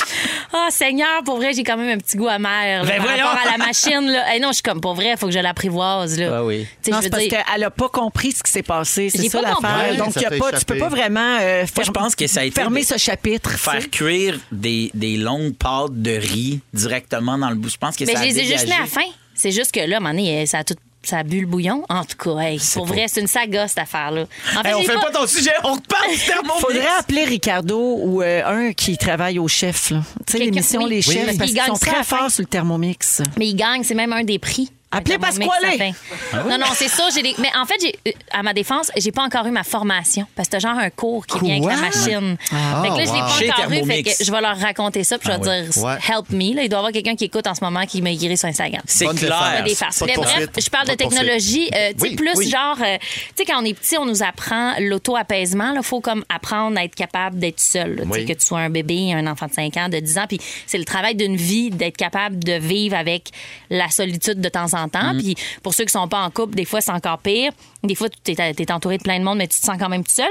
S5: Ah, Seigneur, pour vrai, j'ai quand même un petit goût amer. là,
S1: Ben
S5: par
S1: voyons.
S5: rapport à la machine, là. Eh non, je suis comme, pour vrai, faut que je l'apprivoise, là.
S1: Ah oui.
S5: Tu sais,
S2: Non,
S5: je
S2: c'est
S5: veux
S2: parce
S5: dire-
S2: qu'elle n'a pas compris ce qui s'est passé. C'est
S5: J'ai
S2: ça
S5: pas compris.
S2: l'affaire. Donc,
S4: Ça
S2: y a
S4: fait
S2: pas, tu
S4: échapper.
S2: peux pas vraiment euh,
S1: je pense que ça a été
S2: fermer
S1: de-
S2: ce chapitre. tu sais.
S1: Faire cuire des, des longues pâtes de riz directement dans le bout. Je pense que
S5: Mais
S1: ça
S5: je
S1: a
S5: les ai juste mis
S1: dégagé.
S5: à la fin. C'est juste que là, à un moment donné, eh, ça a tout. Ça a bu le bouillon. En tout cas, hey, pour
S1: pas-
S5: vrai, c'est une saga, cette affaire-là. En fait,
S1: Hey, on
S5: j'ai
S1: fait pas ton sujet, on repart du thermomix.
S2: Faudrait appeler Ricardo ou euh, un qui travaille au chef. là. Tu sais,
S5: Quelqu'un-
S2: l'émission
S5: oui.
S2: Les
S5: Oui.
S2: Chefs,
S5: Parce
S2: parce
S5: qu'il
S2: qu'ils
S5: gagne
S2: sont
S5: ça à la
S2: très
S5: fin.
S2: forts sur le Thermomix.
S5: Mais il gagne, c'est même un des prix.
S2: Appelez
S5: Un Thermomix,
S2: Pasquale.
S5: ça fait.
S1: Ah
S5: Non, non, c'est ça. J'ai des... Mais en fait, j'ai- euh, à ma défense, j'ai pas encore eu ma formation parce que t'as genre un cours qui vient avec la
S4: Quoi?
S5: machine.
S2: Ah.
S5: Fait que
S4: wow.
S5: là, je
S1: Ah, Chez
S5: l'ai pas encore eu. Fait
S1: Thermomix.
S5: que je vais leur raconter ça puis je vais
S1: Ah oui.
S5: dire
S4: Ouais.
S5: help me. Là, il doit y avoir quelqu'un qui écoute en ce moment qui m'a guéri sur Instagram.
S1: C'est
S4: Bonne
S5: Pas
S1: clair.
S4: défense.
S5: des farces.
S4: Pas de
S5: Mais bref,
S4: poursuite.
S5: je parle
S4: Pas
S5: de
S4: de poursuite.
S5: technologie, euh, tu sais,
S4: Oui,
S5: plus
S4: oui.
S5: genre, euh, tu sais, quand on est petit, on nous apprend l'auto-apaisement. Il faut comme apprendre à être capable d'être seul. là. Tu sais,
S4: Oui.
S5: Que tu sois un bébé, un enfant de 5 ans, de 10 ans. Puis c'est le travail d'une vie d'être capable de vivre avec la solitude de temps en
S4: Mm.
S5: temps. Puis pour ceux qui sont pas en couple, des fois, c'est encore pire. Des fois, tu es, entouré de plein de monde, mais tu te sens quand même tout seul.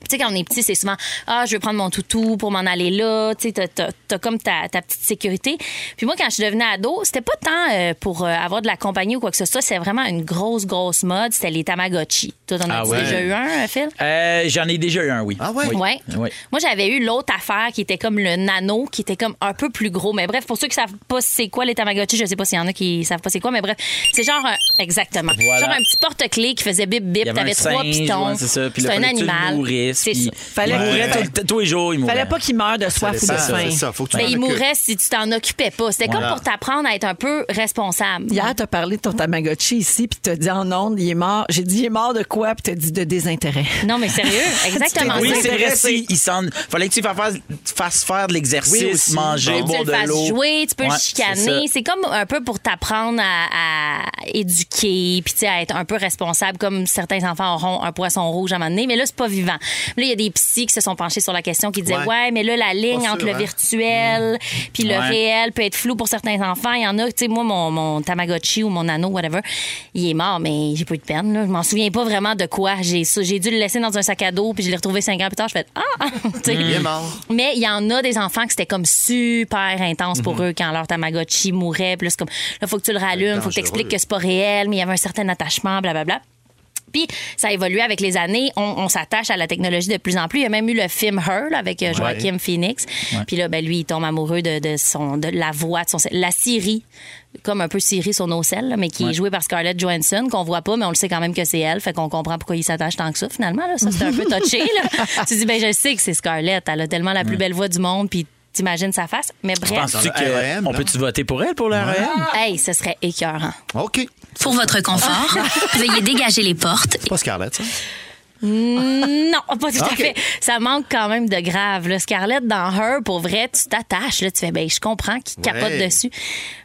S5: Tu sais, quand on est petit, c'est souvent Ah, je veux prendre mon toutou pour m'en aller là. Tu sais, t'as- t'as t'as comme ta, ta petite sécurité. Puis moi, quand je devenais ado, c'était pas tant euh, pour euh, avoir de la compagnie ou quoi que ce soit. C'était vraiment une grosse, grosse mode. C'était les Tamagotchi. Toi, t'en
S1: Ah
S5: as-tu
S1: ouais.
S5: déjà eu un, euh, Phil?
S1: Euh, J'en ai déjà eu un, oui.
S4: Ah ouais?
S1: Oui.
S5: Ouais.
S1: Oui.
S5: Moi, j'avais eu l'autre affaire qui était comme le nano, qui était comme un peu plus gros. Mais bref, pour ceux qui savent pas c'est quoi les Tamagotchi, je sais pas s'il y en a qui savent pas c'est quoi, mais bref, c'est genre un... exactement,
S1: Voilà.
S5: genre un petit porte-clés qui faisait bip bip.
S1: Il y avait
S5: T'avais
S1: un
S5: trois
S1: singe,
S5: pitons.
S1: ouais, c'est ça. Puis là,
S5: C'était un
S1: fallait que tu le
S5: animal.
S1: nourrisses,
S5: C'est
S1: puis
S5: ça.
S2: Fallait
S1: il
S2: qu'il-
S1: mourait tout le temps- tous les jours, il mourait.
S2: Fallait pas qu'il meure de soif ou de
S4: C'est ça,
S2: faim.
S4: c'est ça. Faut Ben, que tu
S5: Mais
S4: t'en
S5: Ben, il
S4: occupes.
S5: mourait si tu t'en occupais pas. C'était
S4: Voilà.
S5: comme pour t'apprendre à être un peu responsable.
S2: Hier, t'as parlé de ton Tamagotchi ici, puis t'as dit en ondes, il est mort. J'ai dit, il est mort de quoi? Puis t'as dit de désintérêt.
S5: Non, mais sérieux, exactement.
S2: t'es
S1: Oui,
S5: ça.
S2: dit-
S1: c'est vrai.
S2: intéressé.
S1: si, Il s'en... Fallait que tu fasses, fasses faire de
S4: Oui,
S1: l'exercice,
S4: aussi.
S1: manger,
S5: tu
S1: boire
S5: le
S1: de
S5: fasses
S1: l'eau.
S5: jouer, tu peux
S1: Ouais,
S5: le chicaner.
S1: c'est ça.
S5: C'est comme un peu pour t'apprendre à, à éduquer, puis tu sais, à être un peu responsable, comme certains enfants auront un poisson rouge à un moment donné. Mais là, c'est pas vivant. Là, il y a des psys qui se sont penchés sur la question, qui disaient
S4: Ouais.
S5: ouais, mais là, la ligne
S4: sûr,
S5: entre le
S4: hein.
S5: virtuel puis le
S1: Ouais.
S5: réel peut être floue pour certains enfants. Il y en a, tu sais, moi, mon, mon Tamagotchi ou mon Nano, whatever, il est mort, mais j'ai pas eu de peine. Là. Je m'en souviens pas vraiment vraiment de quoi. J'ai ça- j'ai dû le laisser dans un sac à dos, puis je l'ai retrouvé cinq ans plus tard. Je fais Ah! Tu sais.
S4: Il est mort.
S5: Mais il y en a des enfants que c'était comme super intense pour eux quand leur Tamagotchi mourait. Plus comme, là, faut que tu le rallumes, faut que tu expliques que c'est pas réel, mais il y avait un certain attachement, blablabla. Puis ça a évolué avec les années. On, on s'attache à la technologie de plus en plus. Il y a même eu le film Her là, avec euh, Joaquin Phoenix. Puis là, ben, lui, il tombe amoureux de, de son, de la voix, de son, la Siri, comme un peu Siri sur nos selles, là, mais qui est jouée par Scarlett Johansson, qu'on voit pas, mais on le sait quand même que c'est elle. Fait qu'on comprend pourquoi il s'attache tant que ça, finalement. Là. Ça, c'est un peu touché. Là. tu dis, ben, je sais que c'est Scarlett. Elle a tellement la plus belle voix du monde. Puis t'imagines sa face. Mais bref,
S1: Penses-tu
S4: Dans le E
S1: que-
S4: REM,
S1: on
S4: non?
S1: peut-tu voter pour elle pour le E REM?
S5: hey, ce serait écœurant.
S4: OK.
S6: Pour votre confort, veuillez dégager les portes.
S4: C'est pas Scarlett, ça.
S5: Non, pas tout à
S4: Ok.
S5: fait. Ça manque quand même de grave. Là. Scarlett, dans Her, pour vrai, tu t'attaches. Là, tu fais, ben, je comprends qu'il capote dessus.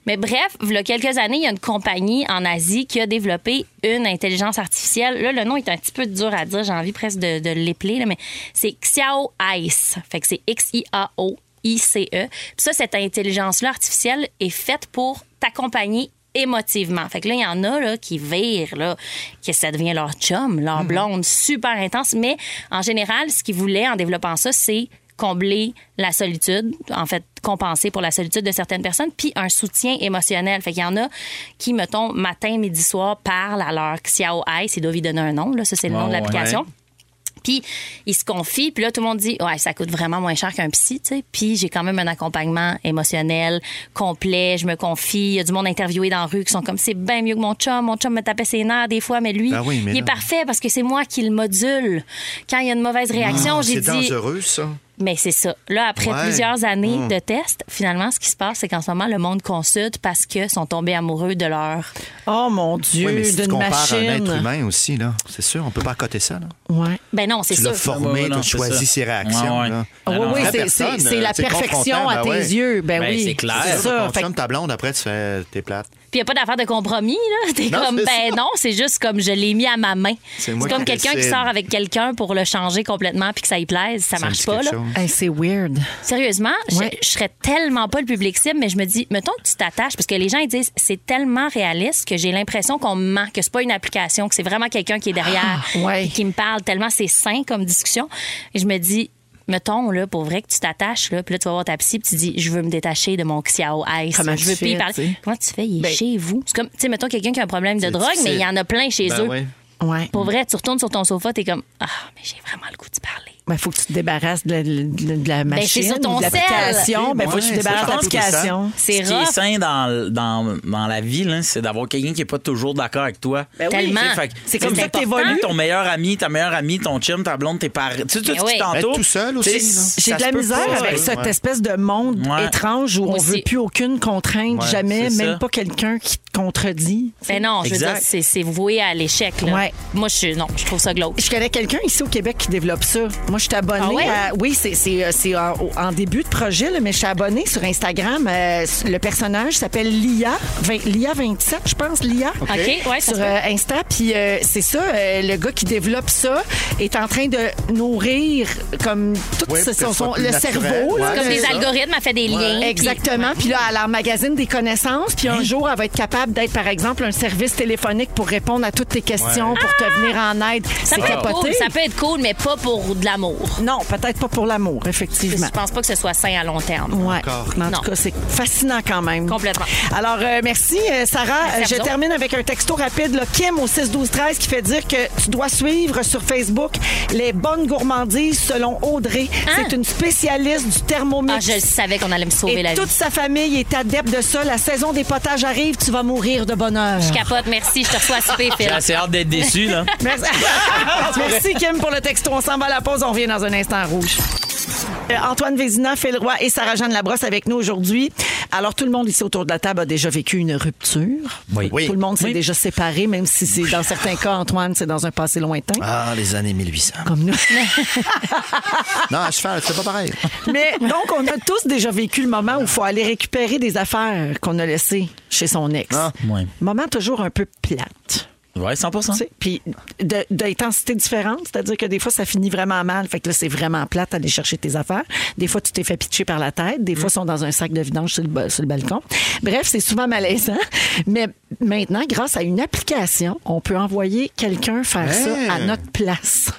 S5: Mais bref, il y a quelques années, il y a une compagnie en Asie qui a développé une intelligence artificielle. Là, le nom est un petit peu dur à dire. J'ai envie presque de, de l'épeler, là, mais c'est Xiao Ice. Fait que c'est X-I-A-O. ICE. E. Puis ça, cette intelligence-là artificielle est faite pour t'accompagner émotivement. Fait que là, il y en a là, qui virent, là, que ça devient leur chum, leur blonde, super intense. Mais en général, ce qu'ils voulaient en développant ça, c'est combler la solitude, en fait, compenser pour la solitude de certaines personnes, puis un soutien émotionnel. Fait qu'il y en a qui, mettons, matin, midi, soir, parlent à leur Xiao Ice, ils doivent y donner un nom, là, ça c'est le nom
S1: Ah
S5: de
S1: ouais.
S5: l'application. Puis il se confie, puis là tout le monde dit ouais ça coûte vraiment moins cher qu'un psy, tu sais. Puis j'ai quand même un accompagnement émotionnel complet, je me confie, il y a du monde interviewé dans la rue qui sont comme c'est bien mieux que mon chum, mon chum me tapait ses nerfs des fois, mais lui
S4: Ah oui, mais
S5: il est
S4: là-
S5: parfait parce que c'est moi qui le module. Quand il y a une mauvaise réaction, j'ai
S4: Ah, C'est
S5: dit
S4: dangereux, ça.
S5: mais c'est ça. Là, après
S4: Ouais. Mm.
S5: plusieurs années de tests, finalement, ce qui se passe, c'est qu'en ce moment, le monde consulte parce que sont tombés amoureux de leur.
S2: Oh mon Dieu,
S4: oui, mais si tu
S2: d'une
S4: compares
S2: machine.
S4: à un être humain aussi, là, c'est sûr, on peut pas accoter ça. Là.
S2: Ouais.
S5: Ben non, c'est
S4: Tu l'as
S5: sûr.
S1: Ouais, ouais,
S4: formé, tu
S1: Ah, bah, non,
S4: as
S1: c'est
S4: choisi
S1: ça.
S4: ses réactions.
S1: Ouais, ouais.
S4: là.
S1: Ah
S2: oui,
S1: non,
S2: oui, c'est-
S4: la
S2: c'est
S4: personne, euh,
S2: c'est la
S4: c'est
S2: perfection
S4: confrontant,
S2: à
S4: ben
S2: tes
S4: ouais.
S2: yeux. Ben,
S1: Ben,
S2: oui,
S1: c'est clair.
S2: C'est
S4: C'est ça,
S2: ça.
S4: ton
S2: Fait que-
S4: chum, ta blonde, après, tu fais euh, t'es plate.
S5: Puis il n'y a pas d'affaire de compromis, là. T'es
S4: Non,
S5: comme,
S4: c'est
S5: ben
S4: ça.
S5: non, c'est juste comme je l'ai mis à ma main.
S4: C'est
S5: C'est
S4: moi
S5: comme
S4: qui
S5: quelqu'un qui
S4: décide.
S5: sort avec quelqu'un pour le changer complètement puis que ça y plaise.
S4: Ça
S5: Ça,
S4: me
S5: marche
S4: dit
S5: pas,
S4: quelque
S5: là.
S4: chose.
S2: Hey, c'est weird.
S5: Sérieusement, je-
S2: Ouais.
S5: je, serais tellement pas le public cible, mais je me dis, mettons que tu t'attaches, parce que les gens, ils disent, c'est tellement réaliste que j'ai l'impression qu'on me ment, que c'est pas une application, que c'est vraiment quelqu'un qui est derrière,
S2: Ah, ouais.
S5: puis qui me parle tellement, c'est sain comme discussion. Et je me dis, mettons, là, pour vrai que tu t'attaches, là, puis là, tu vas voir ta psy, puis tu dis, je veux me détacher de mon Xiao Ice.
S2: Comment
S5: je
S2: tu
S5: veux plus y
S2: fais,
S5: parler.
S2: tu sais?
S5: Comment tu fais? Il est
S2: Ben-
S5: chez vous. C'est comme, tu sais, mettons quelqu'un qui a un problème de
S4: C'est
S5: drogue, mais il y
S4: difficile.
S5: en a plein chez
S4: Ben
S5: eux.
S4: ouais.
S2: Ouais.
S5: Pour vrai, tu retournes sur ton sofa, t'es comme, ah, mais j'ai vraiment le goût de parler.
S2: Il Ben, faut que tu te débarrasses de la, de- de la machine,
S5: c'est sur ton
S2: de l'application.
S4: sel.
S2: Ben, faut que tu te
S4: Ouais,
S2: débarrasses de
S4: je pense que ça-
S2: l'application.
S5: C'est
S1: Ce qui est
S5: rough.
S1: sain dans, dans, dans la vie, là, c'est d'avoir quelqu'un qui n'est pas toujours d'accord avec toi.
S2: Ben oui.
S5: Tellement.
S1: Tu sais, fait que-
S2: C'est comme
S1: c'est
S2: ça que
S5: important.
S2: t'évolues.
S1: ton meilleur ami, ta meilleure amie, ton chum, ta blonde, tes parents. Tu sais, tout
S5: Mais
S1: ce
S5: oui.
S1: qui t'entoure.
S4: Être tout seul aussi,
S1: Tu sais,
S4: là.
S2: J'ai
S1: ça
S2: de
S1: se
S2: la
S1: peut
S2: misère
S1: pas,
S2: avec
S1: ouais.
S2: cette espèce de monde
S1: Ouais.
S2: étrange où on
S5: Aussi.
S2: veut plus aucune contrainte,
S4: Ouais,
S2: jamais,
S1: c'est
S2: même
S1: ça.
S2: pas quelqu'un qui te contredit.
S5: Mais non, je veux
S1: Exact.
S5: dire, c'est- c'est voué à l'échec. là.
S2: Ouais.
S5: Moi, je suis- non, je trouve ça glauque.
S2: Je connais quelqu'un ici au Québec qui développe ça. Moi, je suis abonnée.
S5: Ah ouais?
S2: à- oui, c'est- c'est euh, c'est en, au- en début de projet, là, mais je suis abonnée sur Instagram. euh, le personnage s'appelle Lia, vingt- Lia 27, je pense, Lia.
S5: OK, ouais, ça
S2: sur
S5: se peut.
S2: euh, Insta. Puis euh, c'est ça, euh, le gars qui développe ça est en train de nourrir comme tout
S4: Ouais,
S2: ce- son-
S4: pour que ce soit
S2: son-
S4: plus
S2: le
S4: naturel,
S2: cerveau. là,
S4: ouais.
S5: Comme
S2: le-
S5: des
S4: ça.
S5: algorithmes, elle fait des liens. puis-
S2: Exactement. Puis là, elle emmagasine des connaissances. Puis un jour, elle va être capable d'être, par exemple, un service téléphonique pour répondre à toutes tes questions, pour te venir en aide. C'est
S5: Ça peut, être
S2: capoté.
S5: cool, ça peut être cool, mais pas pour de l'amour.
S2: Non, peut-être pas pour l'amour,
S5: Je
S2: effectivement.
S5: pense pas que ce soit sain à long terme.
S2: Ouais.
S4: Encore.
S2: Mais En
S5: Non.
S2: tout cas, c'est fascinant quand même.
S5: Complètement.
S2: Alors, euh, merci, euh, Sarah.
S5: Merci à
S2: Euh, je
S5: vous autres.
S2: termine avec un texto rapide, là, Kim au 6-12-13, qui fait dire que tu dois suivre sur Facebook les bonnes gourmandises selon Audrey.
S5: Hein?
S2: C'est une spécialiste du thermomix.
S5: Ah, je le savais qu'on allait me sauver
S2: Et
S5: la
S2: toute
S5: vie.
S2: sa famille est adepte de ça. La saison des potages arrive, tu vas mourir de bonheur.
S5: Je capote, merci, je te reçois à souper,
S1: J'ai
S5: Phil.
S1: assez hâte d'être déçu, là.
S2: Merci. Merci, Kim, pour le texto. On s'en va à la pause. On revient dans un instant rouge. Euh, Antoine Vézina, Phil Roy et Sarah-Jeanne Labrosse avec nous aujourd'hui. Alors, tout le monde ici autour de la table a déjà vécu une rupture.
S1: Oui.
S4: Oui.
S2: Tout le monde s'est
S1: Oui.
S2: déjà séparé, même si c'est dans certains cas, Antoine, c'est dans un passé lointain.
S4: Ah, les années 1800.
S2: Comme nous.
S4: Non, à cheval, c'est pas pareil.
S2: Mais donc, on a tous déjà vécu le moment où il faut aller récupérer des affaires qu'on a laissées chez son ex.
S4: Ah,
S1: ouais.
S2: Moment toujours un peu plate.
S1: Ouais, 100
S2: tu sais, Puis de- d'intensité différente, c'est-à-dire que des fois, ça finit vraiment mal. Fait que là, c'est vraiment plate d'aller chercher tes affaires. Des fois, tu t'es fait pitcher par la tête.
S4: Mm.
S2: Des fois, ils sont dans un sac de vidange sur le, ba- sur le balcon. Bref, c'est souvent malaisant. Mais maintenant, grâce à une application, on peut envoyer quelqu'un faire
S4: Hey! Ah. Oh.
S2: ça à notre place.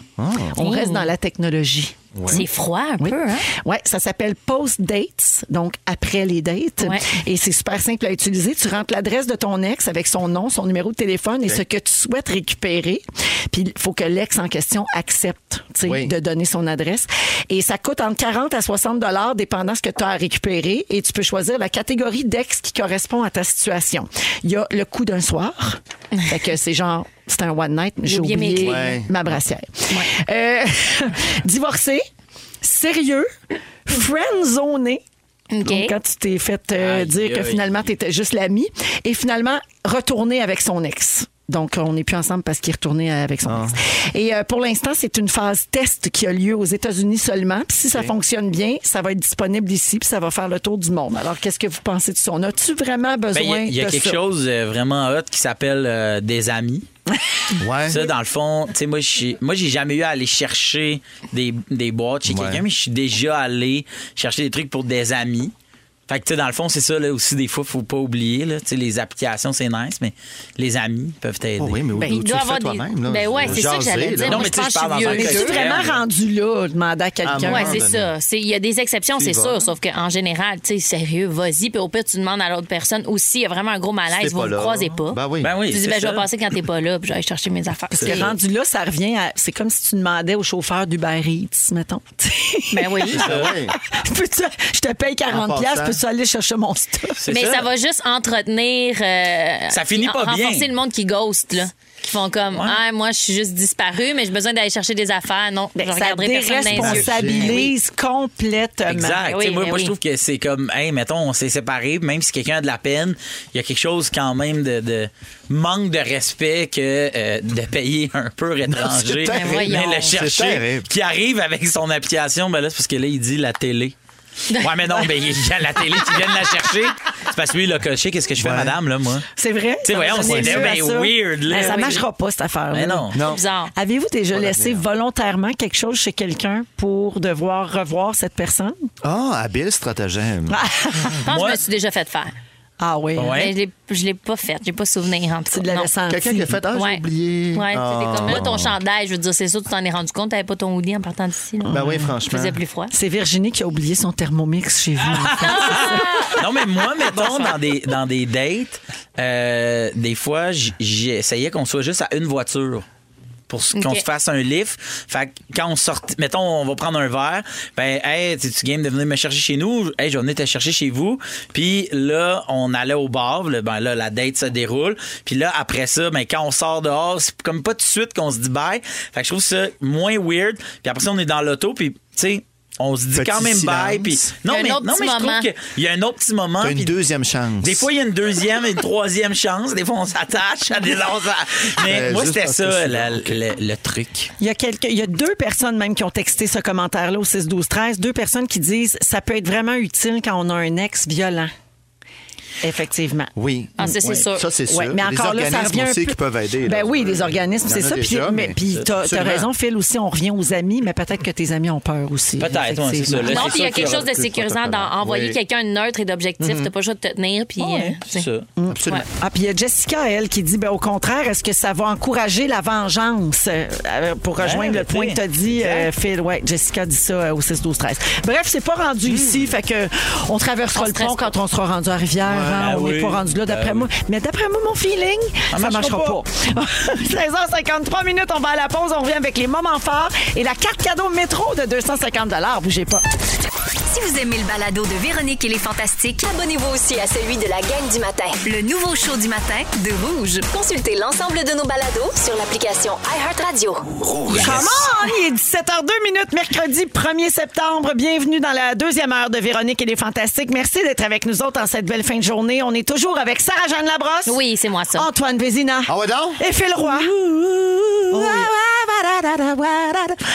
S2: On
S5: Hey.
S2: reste dans la technologie.
S5: C'est froid un
S2: Oui.
S5: peu, hein?
S2: Ouais, ça s'appelle Post Dates, donc après les dates.
S5: Ouais.
S2: Et c'est super simple à utiliser. Tu rentres l'adresse de ton ex avec son nom, son numéro de téléphone et ce que tu souhaites récupérer. Puis il faut que l'ex en question accepte tu sais,
S4: Oui.
S2: de donner son adresse. Et ça coûte entre 40 à 60 dollars dépendant ce que tu as à récupérer. Et tu peux choisir la catégorie d'ex qui correspond à ta situation. Il y a le coup d'un soir. fait que c'est genre, c'est un one night, j'ai
S5: oublié mes
S2: oublié
S5: clés.
S4: Ouais.
S2: ma brassière. Euh, divorcé, sérieux, friendzoné.
S5: OK.
S2: Donc, quand tu t'es fait euh,
S1: Aïe,
S2: dire que
S1: aïe.
S2: finalement, tu étais juste l'ami. Et finalement, retourné avec son ex. Donc, on n'est plus ensemble parce qu'il est retourné avec son ex.
S1: Ah.
S2: Et euh, pour l'instant, c'est une phase test qui a lieu aux États-Unis seulement. Puis si ça fonctionne bien, ça va être disponible ici, puis ça va faire le tour du monde. Alors, qu'est-ce que vous pensez de ça? On a-tu vraiment besoin
S1: Ben, Il y a- il y a,
S2: de
S1: quelque
S2: ça?
S1: chose euh, vraiment hot qui s'appelle euh, des amis.
S4: Ouais.
S1: Ça, dans le fond, tu sais, moi, je suis- moi, j'ai jamais eu à aller chercher des, des boîtes chez
S4: Ouais.
S1: quelqu'un, mais je suis déjà allé chercher des trucs pour des amis. Fait que, tu sais, dans le fond, c'est ça, là, aussi, des fois, faut pas oublier, là. Tu sais, les applications, c'est nice, mais les amis peuvent t'aider.
S4: Oh oui, mais
S2: Ben,
S4: où-
S2: il
S4: où tu
S5: doit
S4: le
S5: avoir
S4: fais
S5: des-
S4: toi-même. là.
S5: Ben ouais, c'est ça que
S4: Jaser,
S5: j'allais
S4: là.
S5: dire.
S1: Non,
S5: Moi,
S1: mais
S5: je
S1: tu sais,
S5: pense
S1: je Ah,
S5: que
S1: parle
S5: je suis
S1: dans un
S5: vieux.
S2: Es-tu
S1: Extrême.
S2: vraiment rendu là, demander à quelqu'un?
S4: moment
S5: Ouais,
S4: moment
S5: c'est
S4: donné.
S5: ça. C'est- Il y a des exceptions,
S4: Tu y
S5: c'est
S4: vas.
S5: sûr. Sauf qu'en général, tu sais, sérieux, vas-y. Puis au pire, tu demandes à l'autre personne aussi. Il y a vraiment un gros
S4: T'es
S5: malaise. Vous
S4: pas
S5: ne
S4: là.
S5: croisez pas.
S4: Ben oui.
S1: Ben oui,
S5: Tu dis,
S1: c'est
S5: ben, je
S1: ça.
S5: vais passer quand t'es pas là, puis je vais aller chercher mes affaires.
S2: Parce que rendu là, ça revient à. C'est comme si tu demandais au chauffeur d'Uber Eats, mettons.
S5: Ben oui.
S4: Ah ouais.
S2: Peux-tu- je te paye 40$,
S4: En
S2: piastres,
S4: passant.
S2: peux-tu aller chercher mon stock?
S1: C'est
S5: Mais ça. va juste entretenir. euh,
S1: Ça finit
S5: puis
S1: pas
S5: en-
S1: bien.
S5: Renforcer le monde qui ghost, là. Qui font comme, ah, moi, je suis juste disparu, mais j'ai besoin d'aller chercher des affaires. Non,
S4: Ben,
S5: je
S2: Ben, ça
S5: regarderai personne dans les yeux.
S2: déresponsabilise complètement.
S1: Exact.
S5: Ben oui,
S1: T'sais, moi,
S5: ben
S1: moi,
S5: oui.
S1: je trouve que c'est comme, hey, mettons, on s'est séparés, même si quelqu'un a de la peine, il y a quelque chose quand même de, de manque de respect que euh, de payer un peu étranger,
S4: terrible.
S5: Ben voyons.
S1: mais le
S5: C'est
S1: chercher,
S4: terrible.
S1: qui arrive avec son application, ben là, c'est parce que là, il dit la télé. Ouais, mais non, ben, il y a la télé qui vient de la chercher. C'est parce que lui, il a coché. Qu'est-ce que je fais,
S4: Ouais.
S1: madame, là, moi?
S2: C'est vrai?
S1: Tu sais, voyons,
S2: Ça me
S1: c'est
S2: donne
S1: ben
S2: lieu à ça.
S1: weird, là.
S2: Ben, ça
S1: Oui.
S2: marchera pas, cette affaire-là.
S1: Mais non.
S4: Non.
S5: Bizarre.
S2: Avez-vous déjà laissé
S4: d'avenir.
S2: volontairement quelque chose chez quelqu'un pour devoir revoir cette personne?
S4: Ah, habile stratagème.
S5: Je pense que
S1: Moi-
S5: je me suis déjà fait faire.
S2: Ah oui.
S1: Ouais.
S5: Mais je l'ai- je l'ai pas fait. J'ai pas souvenir, en tout cas.
S2: Tu l'avais
S5: Non.
S2: senti.
S4: Quelqu'un qui a fait Ah, j'ai
S5: Ouais.
S4: oublié.
S5: Ouais,
S4: Ah.
S5: c'était comme là, ton chandail, je veux dire, c'est sûr, tu t'en es rendu compte, t'avais pas ton hoodie en partant d'ici. là.
S4: Ben oui,
S5: Il
S4: franchement.
S5: faisait plus froid.
S2: C'est Virginie qui a oublié son thermomix chez vous.
S1: Non, mais moi, mettons, dans des, dans des dates, euh, des fois, j- j'essayais qu'on soit juste à une voiture pour s- qu'on
S5: Ok.
S1: se fasse un lift. Fait que quand on sort, mettons, on va prendre un verre, ben, hey, tu tu game de venir me chercher chez nous? Hey, je vais venir te chercher chez vous. Puis là, on allait au bar, le- ben là, la date se déroule. Puis là, après ça, ben, quand on sort dehors, c'est comme pas tout de suite qu'on se dit bye. Fait que je trouve ça moins weird. Puis après ça, on est dans l'auto, puis, tu sais, on se dit
S4: Petit
S1: quand même bye. Puis,
S4: silence.
S1: non,
S5: Il y a un
S1: mais, non,
S5: autre
S1: mais
S5: petit
S1: je
S5: moment.
S1: trouve que il y a un autre petit moment.
S4: T'as une
S1: puis
S4: deuxième chance.
S1: Des fois, il y a une deuxième et une troisième chance. Des fois, on s'attache à des ans. Mais
S4: Euh,
S1: moi,
S4: juste
S1: c'était
S4: parce que
S1: ça,
S4: c'est
S1: la-
S4: bon, ok.
S1: le, le truc.
S2: Il y, a quelques, il y a deux personnes même qui ont texté ce commentaire-là au 6 12 13 Deux personnes qui disent ça peut être vraiment utile quand on a un ex violent. Effectivement.
S4: Oui.
S5: Ah, ça, c'est
S4: Ouais.
S5: sûr.
S4: Ça, c'est sûr.
S2: Ouais, mais
S4: les
S2: encore là,
S4: organismes
S2: ça revient un
S4: aussi
S2: peu-
S4: qui peuvent aider.
S2: Ben
S4: là.
S2: oui, les organismes,
S4: Il y en
S2: c'est
S4: a
S2: ça. Puis,
S4: déjà,
S2: mais,
S4: mais-
S2: puis t'as, t'as
S4: Absolument.
S2: raison, Phil, aussi, on revient aux amis, mais peut-être que tes amis ont peur aussi.
S1: Peut-être, ouais, c'est ça, là.
S5: Ah Non,
S1: c'est
S5: puis il y a
S1: sûr
S5: quelque
S1: qu'il y
S5: chose de
S4: aura plus de
S5: sécurisant
S4: protocole.
S5: d'envoyer
S4: Oui.
S5: quelqu'un de neutre et d'objectif. T'as pas le choix de te tenir, puis. euh, tu
S1: C'est
S5: sais.
S1: ça.
S4: Absolument.
S2: Ah, puis il y a Jessica, elle, qui dit, ben, au contraire, est-ce que ça va encourager la vengeance? Euh, pour rejoindre
S1: Ouais, ben
S2: le point que
S1: tu
S2: tu
S1: sais.
S2: as dit, euh, Phil. Ouais, Jessica dit ça euh, au 6 12 13 Bref, c'est pas rendu
S1: Hmm.
S2: ici, fait que on traversera
S5: On
S2: le
S5: stresse
S2: pont
S5: pas.
S2: quand on sera rendu à Rivière. hein,
S1: ben
S2: on n'est
S1: oui.
S2: pas rendu là, d'après moi. Mais d'après moi, mon feeling, ça, ne marchera
S1: marchera
S2: pas. 16h53 minutes, on va à la pause, on revient avec les moments forts et la carte cadeau métro de 250 Bougez pas.
S7: Si vous aimez le balado de Véronique et les Fantastiques,
S3: Abonnez-vous aussi à celui de la gang du matin.
S7: le nouveau show du matin de Rouge.
S3: Consultez l'ensemble de nos balados sur l'application iHeartRadio.
S2: Come on! Il est 17h02 minutes, mercredi 1er septembre. Bienvenue dans la deuxième heure de Véronique et les Fantastiques. Merci d'être avec nous autres en cette belle fin de journée. On est toujours avec Sarah-Jeanne Labrosse.
S5: Oui, c'est moi ça.
S2: Antoine Vézina.
S4: Ah ouais, donc?
S2: Et Phil Roy.
S4: Ah,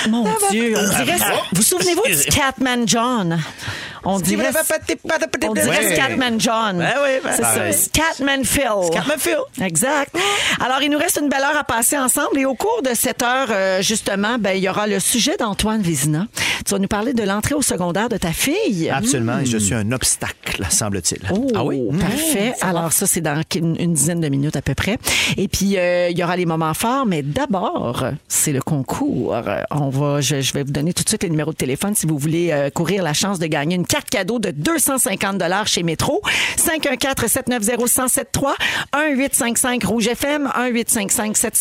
S2: Mon Dieu, on dirait ça. Vous souvenez-vous du Catman John? On dirait, on dirait
S4: Ouais. Ben
S2: Scatman John.
S1: Ouais, ouais, ouais.
S2: c'est ça.
S4: Ouais.
S2: Scatman Phil.
S1: Scatman Phil.
S2: Exact. Alors, il nous reste une belle heure à passer ensemble. Et au cours de cette heure, euh, justement, ben, il y aura le sujet d'Antoine Vézina. Tu vas nous parler de l'entrée au secondaire de ta fille.
S4: Absolument, et je suis un obstacle, semble-t-il.
S2: Oh,
S1: Ah oui?
S2: Parfait. Alors, ça, c'est dans une, une dizaine de minutes à peu près. Et puis, euh, il y aura les moments forts, mais d'abord, c'est le concours. Euh, On va, je, je vais vous donner tout de suite les numéros de téléphone si vous voulez euh, courir la chance de gagner une carte cadeau de 250 chez Métro. 514-790-1073, 1-855-ROUGE FM,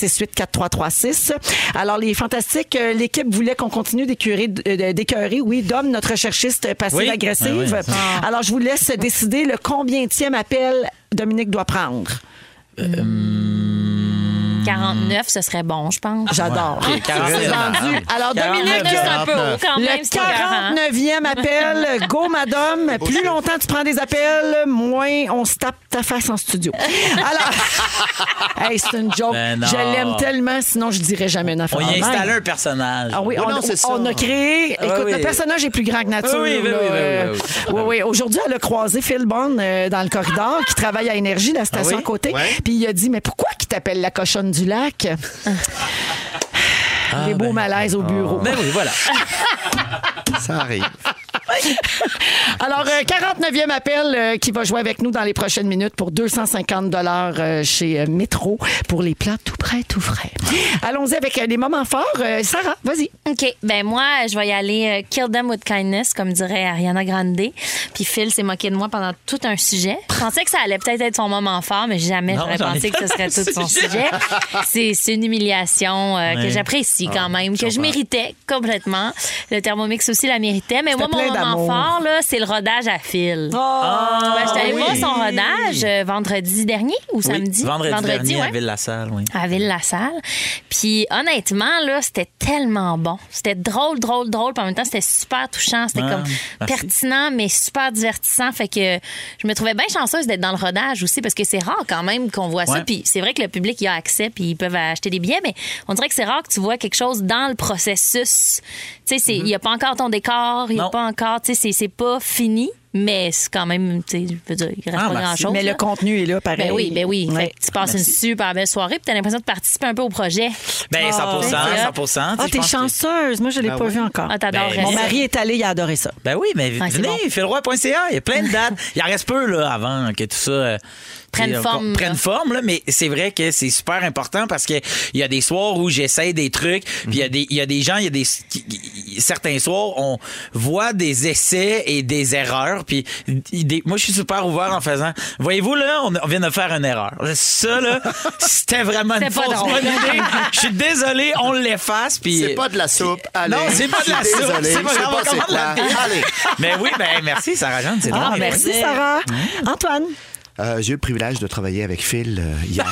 S2: 1-855-768-4336. Alors, les fantastiques, euh, l'équipe voulait qu'on continue d'écurer- euh, d'écœurer, oui, d'hommes, notre recherchiste passive-agressive.
S1: Oui, Ben oui,
S2: Alors, je vous laisse décider le combientième appel Dominique doit prendre.
S5: 49, ce serait bon, je pense.
S2: J'adore.
S1: Ouais. Ok, 49.
S2: Entendu. Alors, Dominique,
S1: 49,
S5: Juste un peu haut, quand même,
S2: le
S5: c'est hein. écœurant.
S2: 49e appel, go madame. Plus longtemps tu prends des appels, moins on se tape ta face en studio. Alors, Hey, c'est une joke.
S1: Ben non.
S2: je l'aime tellement, sinon je dirais jamais une affaire.
S1: On
S2: de
S1: y
S2: même.
S1: installe un personnage.
S2: ben. Ah oui,
S4: Oui,
S2: on,
S4: non, c'est ça.
S2: on a créé. Écoute,
S1: oui.
S2: le personnage est plus grand que nature.
S1: Oui, oui, oui,
S2: là.
S1: oui, oui,
S2: Euh,
S1: oui, oui.
S2: oui, oui. Aujourd'hui, elle a croisé Phil Bond euh, dans le corridor qui travaille à Énergie, la station
S1: Ah oui?
S2: à côté.
S4: Ouais.
S2: Puis il a dit Mais pourquoi qui t'appelle la cochonne du lac
S1: Ah,
S2: Les beaux malaises au bureau.
S1: Ben oui, voilà.
S4: Ça arrive.
S2: Alors, euh, 49e appel euh, qui va jouer avec nous dans les prochaines minutes pour 250 dollars chez euh, Métro pour les plats tout prêts, tout frais. Allons-y avec euh, les moments forts. Euh, Sarah, vas-y.
S5: OK. Ben moi, je vais y aller euh, kill them with kindness, comme dirait Ariana Grande. Puis Phil s'est moqué de moi pendant tout un sujet. Je pensais que ça allait peut-être être son moment fort, mais jamais
S1: Non,
S5: j'aurais
S1: j'en ai
S5: pensé que ce
S1: pas
S5: serait tout son
S1: sujet.
S5: sujet. C'est c'est une humiliation euh, que
S1: Ouais. Ah,
S5: j'apprécie quand même, que je méritais complètement. Le Thermomix aussi la méritait. Mais moi, mon
S2: plein
S5: moment
S2: d'amour.
S5: fort, là, c'est le rodage à Phil.
S1: Ah,
S5: Ben, J'étais allée
S1: oui.
S5: voir son rodage euh, vendredi dernier ou
S1: Oui,
S5: samedi.
S1: Vendredi, dernier
S5: ouais
S1: à Ville-la-Salle, oui.
S5: à Ville-la-Salle. Puis honnêtement, là, c'était tellement bon. C'était drôle, drôle, drôle. Puis en même temps, c'était super touchant. C'était
S1: Ah,
S5: comme
S1: merci.
S5: pertinent, mais super divertissant. Fait que je me trouvais bien chanceuse d'être dans le rodage aussi parce que c'est rare quand même qu'on voit ça.
S1: Ouais.
S5: Puis c'est vrai que le public y a accès puis ils peuvent acheter des billets, mais on dirait que c'est rare que tu vois quelque chose dans le processus. Tu sais, c'est- il n'y a pas encore ton décor, il n'y
S1: Mm-hmm.
S5: a
S1: Non.
S5: pas encore, tu sais, c'est- c'est pas fini. Mais c'est quand même, tu sais, je veux dire, il reste
S1: Ah,
S5: pas
S1: merci.
S5: grand-chose.
S2: Mais le
S5: là.
S2: contenu est là, pareil.
S5: Ben oui, ben oui.
S2: Ouais.
S5: Fait que tu passes une super belle soirée, puis t'as l'impression de participer un peu au projet.
S1: Ben, 100
S5: Ah.
S1: 100
S2: Ah,
S1: tu sais,
S2: t'es
S1: je pense que-
S2: chanceuse. Moi, je l'ai
S4: Ah
S2: pas
S4: oui?
S2: vu encore.
S5: Ah, t'adorerais
S1: Ben,
S2: Mon
S5: ça.
S2: mari est allé, il a adoré ça.
S1: Ben oui, mais
S5: Ah, c'est
S1: venez,
S5: bon.
S1: filroi.ca, il y a plein de dates. Il en reste peu là, avant que tout ça euh,
S5: Prenne
S1: tu sais,
S5: forme,
S1: qu'on- prenne
S5: là.
S1: forme là, mais c'est vrai que c'est super important parce que il y a des soirs où j'essaie des trucs, puis
S5: Mhm.
S1: il y a des il y a des gens, il y a des qui- qui- certains soirs on voit des essais et des erreurs, puis des- moi je suis super ouvert en faisant voyez-vous là, on, on vient de faire une erreur. Ça là, c'était vraiment une
S5: C'était pas
S1: fausse
S5: drôle.
S1: bonne idée. Je suis désolé, on l'efface puis
S4: C'est pas de la soupe. Allez.
S1: Non, c'est pas de la
S4: Je suis
S1: soupe,
S4: désolé,
S1: c'est pas
S4: je sais
S1: grave, on
S4: c'est
S1: commande
S4: quoi. Allez.
S1: mais oui, ben merci Sarah Jeanne, c'est
S2: Ah,
S1: drôle.
S2: merci, Sarah. Hein? Antoine,
S4: Euh, J'ai eu le privilège de travailler avec Phil euh, hier.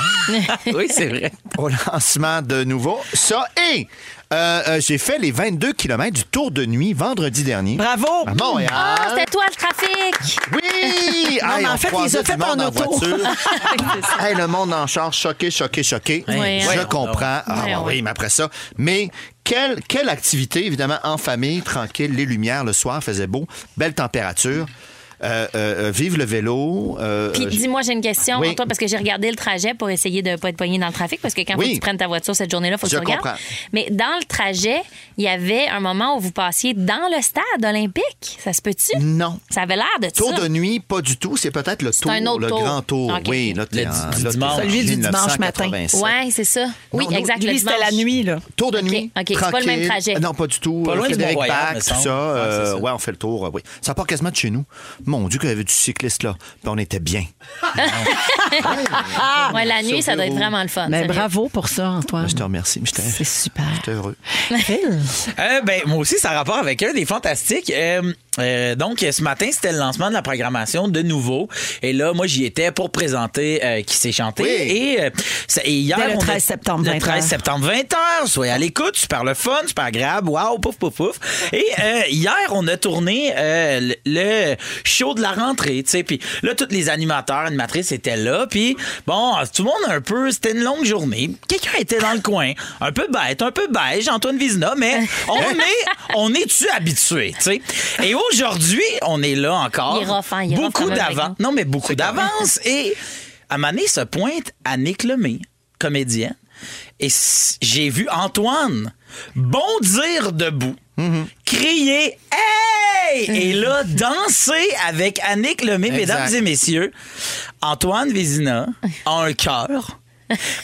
S1: Oui, c'est vrai.
S4: au lancement de nouveau. Ça et euh, euh, j'ai fait les 22 km du tour de nuit vendredi dernier.
S2: bravo.
S4: À Montréal.
S5: Ah, c'était toi le trafic!
S4: Oui!
S2: Non, mais en
S4: on
S2: fait,
S4: croisait
S2: ils ont
S4: du
S2: fait
S4: monde
S2: en auto.
S4: voiture. Hey, le monde en charge, choqué, choqué, choqué.
S2: hein.
S5: Ouais,
S4: Je
S5: ouais.
S4: comprends. Ah,
S5: Ouais,
S4: bah
S5: ouais.
S4: oui, mais après ça. Mais quelle, quelle activité, évidemment, en famille, tranquille, les lumières le soir, faisait beau, belle température. Euh, euh, euh, vive le vélo. euh,
S5: Puis
S4: euh,
S5: dis-moi, j'ai une question,
S4: Oui.
S5: Antoine, parce que j'ai regardé le trajet pour essayer de pas être poigné dans le trafic, parce que quand
S4: Oui.
S5: faut que tu prennes ta voiture cette journée-là, faut que
S4: Je
S5: tu regardes.
S4: comprends.
S5: Mais dans le trajet, il y avait un moment où vous passiez dans le stade olympique. Ça se peut-tu?
S4: Non.
S5: Ça avait l'air de
S4: Mm. Tour
S5: ça.
S4: de nuit, pas du tout. C'est peut-être le tour,
S5: un autre
S4: le
S5: tour.
S4: grand tour.
S5: Ok.
S4: Oui, là, t'es
S1: Le
S4: en-
S1: du
S4: là, t'es
S1: dimanche.
S4: en
S2: Celui du dimanche matin.
S4: 1987.
S5: Ouais, c'est ça. Oui,
S4: Non,
S5: exact.
S2: Lui,
S5: le
S2: c'était la
S5: dimanche.
S2: nuit, là.
S4: Tour de
S5: Ok,
S4: nuit.
S5: ok, c'est pas le même
S4: tranquille.
S5: trajet.
S4: Non, pas du tout.
S1: Pas loin du
S4: Frédéric
S1: Mont-Royal,
S4: Bach,
S1: me
S4: tout
S1: semble.
S4: ça.
S1: Ouais,
S4: euh,
S1: c'est ça.
S4: ouais, on fait le tour. euh, oui. Ça part quasiment de chez nous. Mon Dieu, qu'il y avait du cycliste là. Puis on était bien.
S5: Ouais, la nuit, ça doit être
S4: Sur-
S5: vraiment le fun.
S2: Mais
S5: sérieux.
S2: Ben, bravo pour ça, Antoine.
S4: Je te remercie. mais J'étais
S2: C'est super.
S4: j'étais heureux.
S2: Phil,
S1: Euh, ben, moi aussi, ça a rapport avec un des fantastiques. Euh, euh, donc, ce matin, c'était le lancement de la programmation de nouveau. Et là, moi, j'y étais pour présenter euh, qui s'est chanté.
S4: Oui.
S1: Et, euh, ça- et hier.
S2: Dès le
S1: on a-
S2: 13 septembre,
S1: Le
S2: 20
S1: 13
S2: heures.
S1: septembre, 20h. Soyez à l'écoute. Super le fun, super agréable. Waouh, pouf, pouf, pouf. Et euh, hier, on a tourné euh, le, le show de la rentrée, tu sais. Puis là, tous les animateurs, animatrices étaient là. Puis bon, tout le monde un peu, c'était une longue journée. Quelqu'un était dans le coin, un peu bête, un peu beige, Antoine Vizina, mais on est, on est-tu habitué, tu sais. Et aujourd'hui, on est là encore.
S5: Il est rough, hein, il est rough
S1: beaucoup
S5: quand même avec
S1: d'avance.
S5: nous.
S1: Non, mais beaucoup d'avance. Et à Mané se pointe Annick Lemay, comédienne. Et s- j'ai vu Antoine bondir debout, crier Hey! Et là, danser avec Annick Lemay,
S4: Exact.
S1: mesdames et messieurs. Antoine Vézina a un cœur.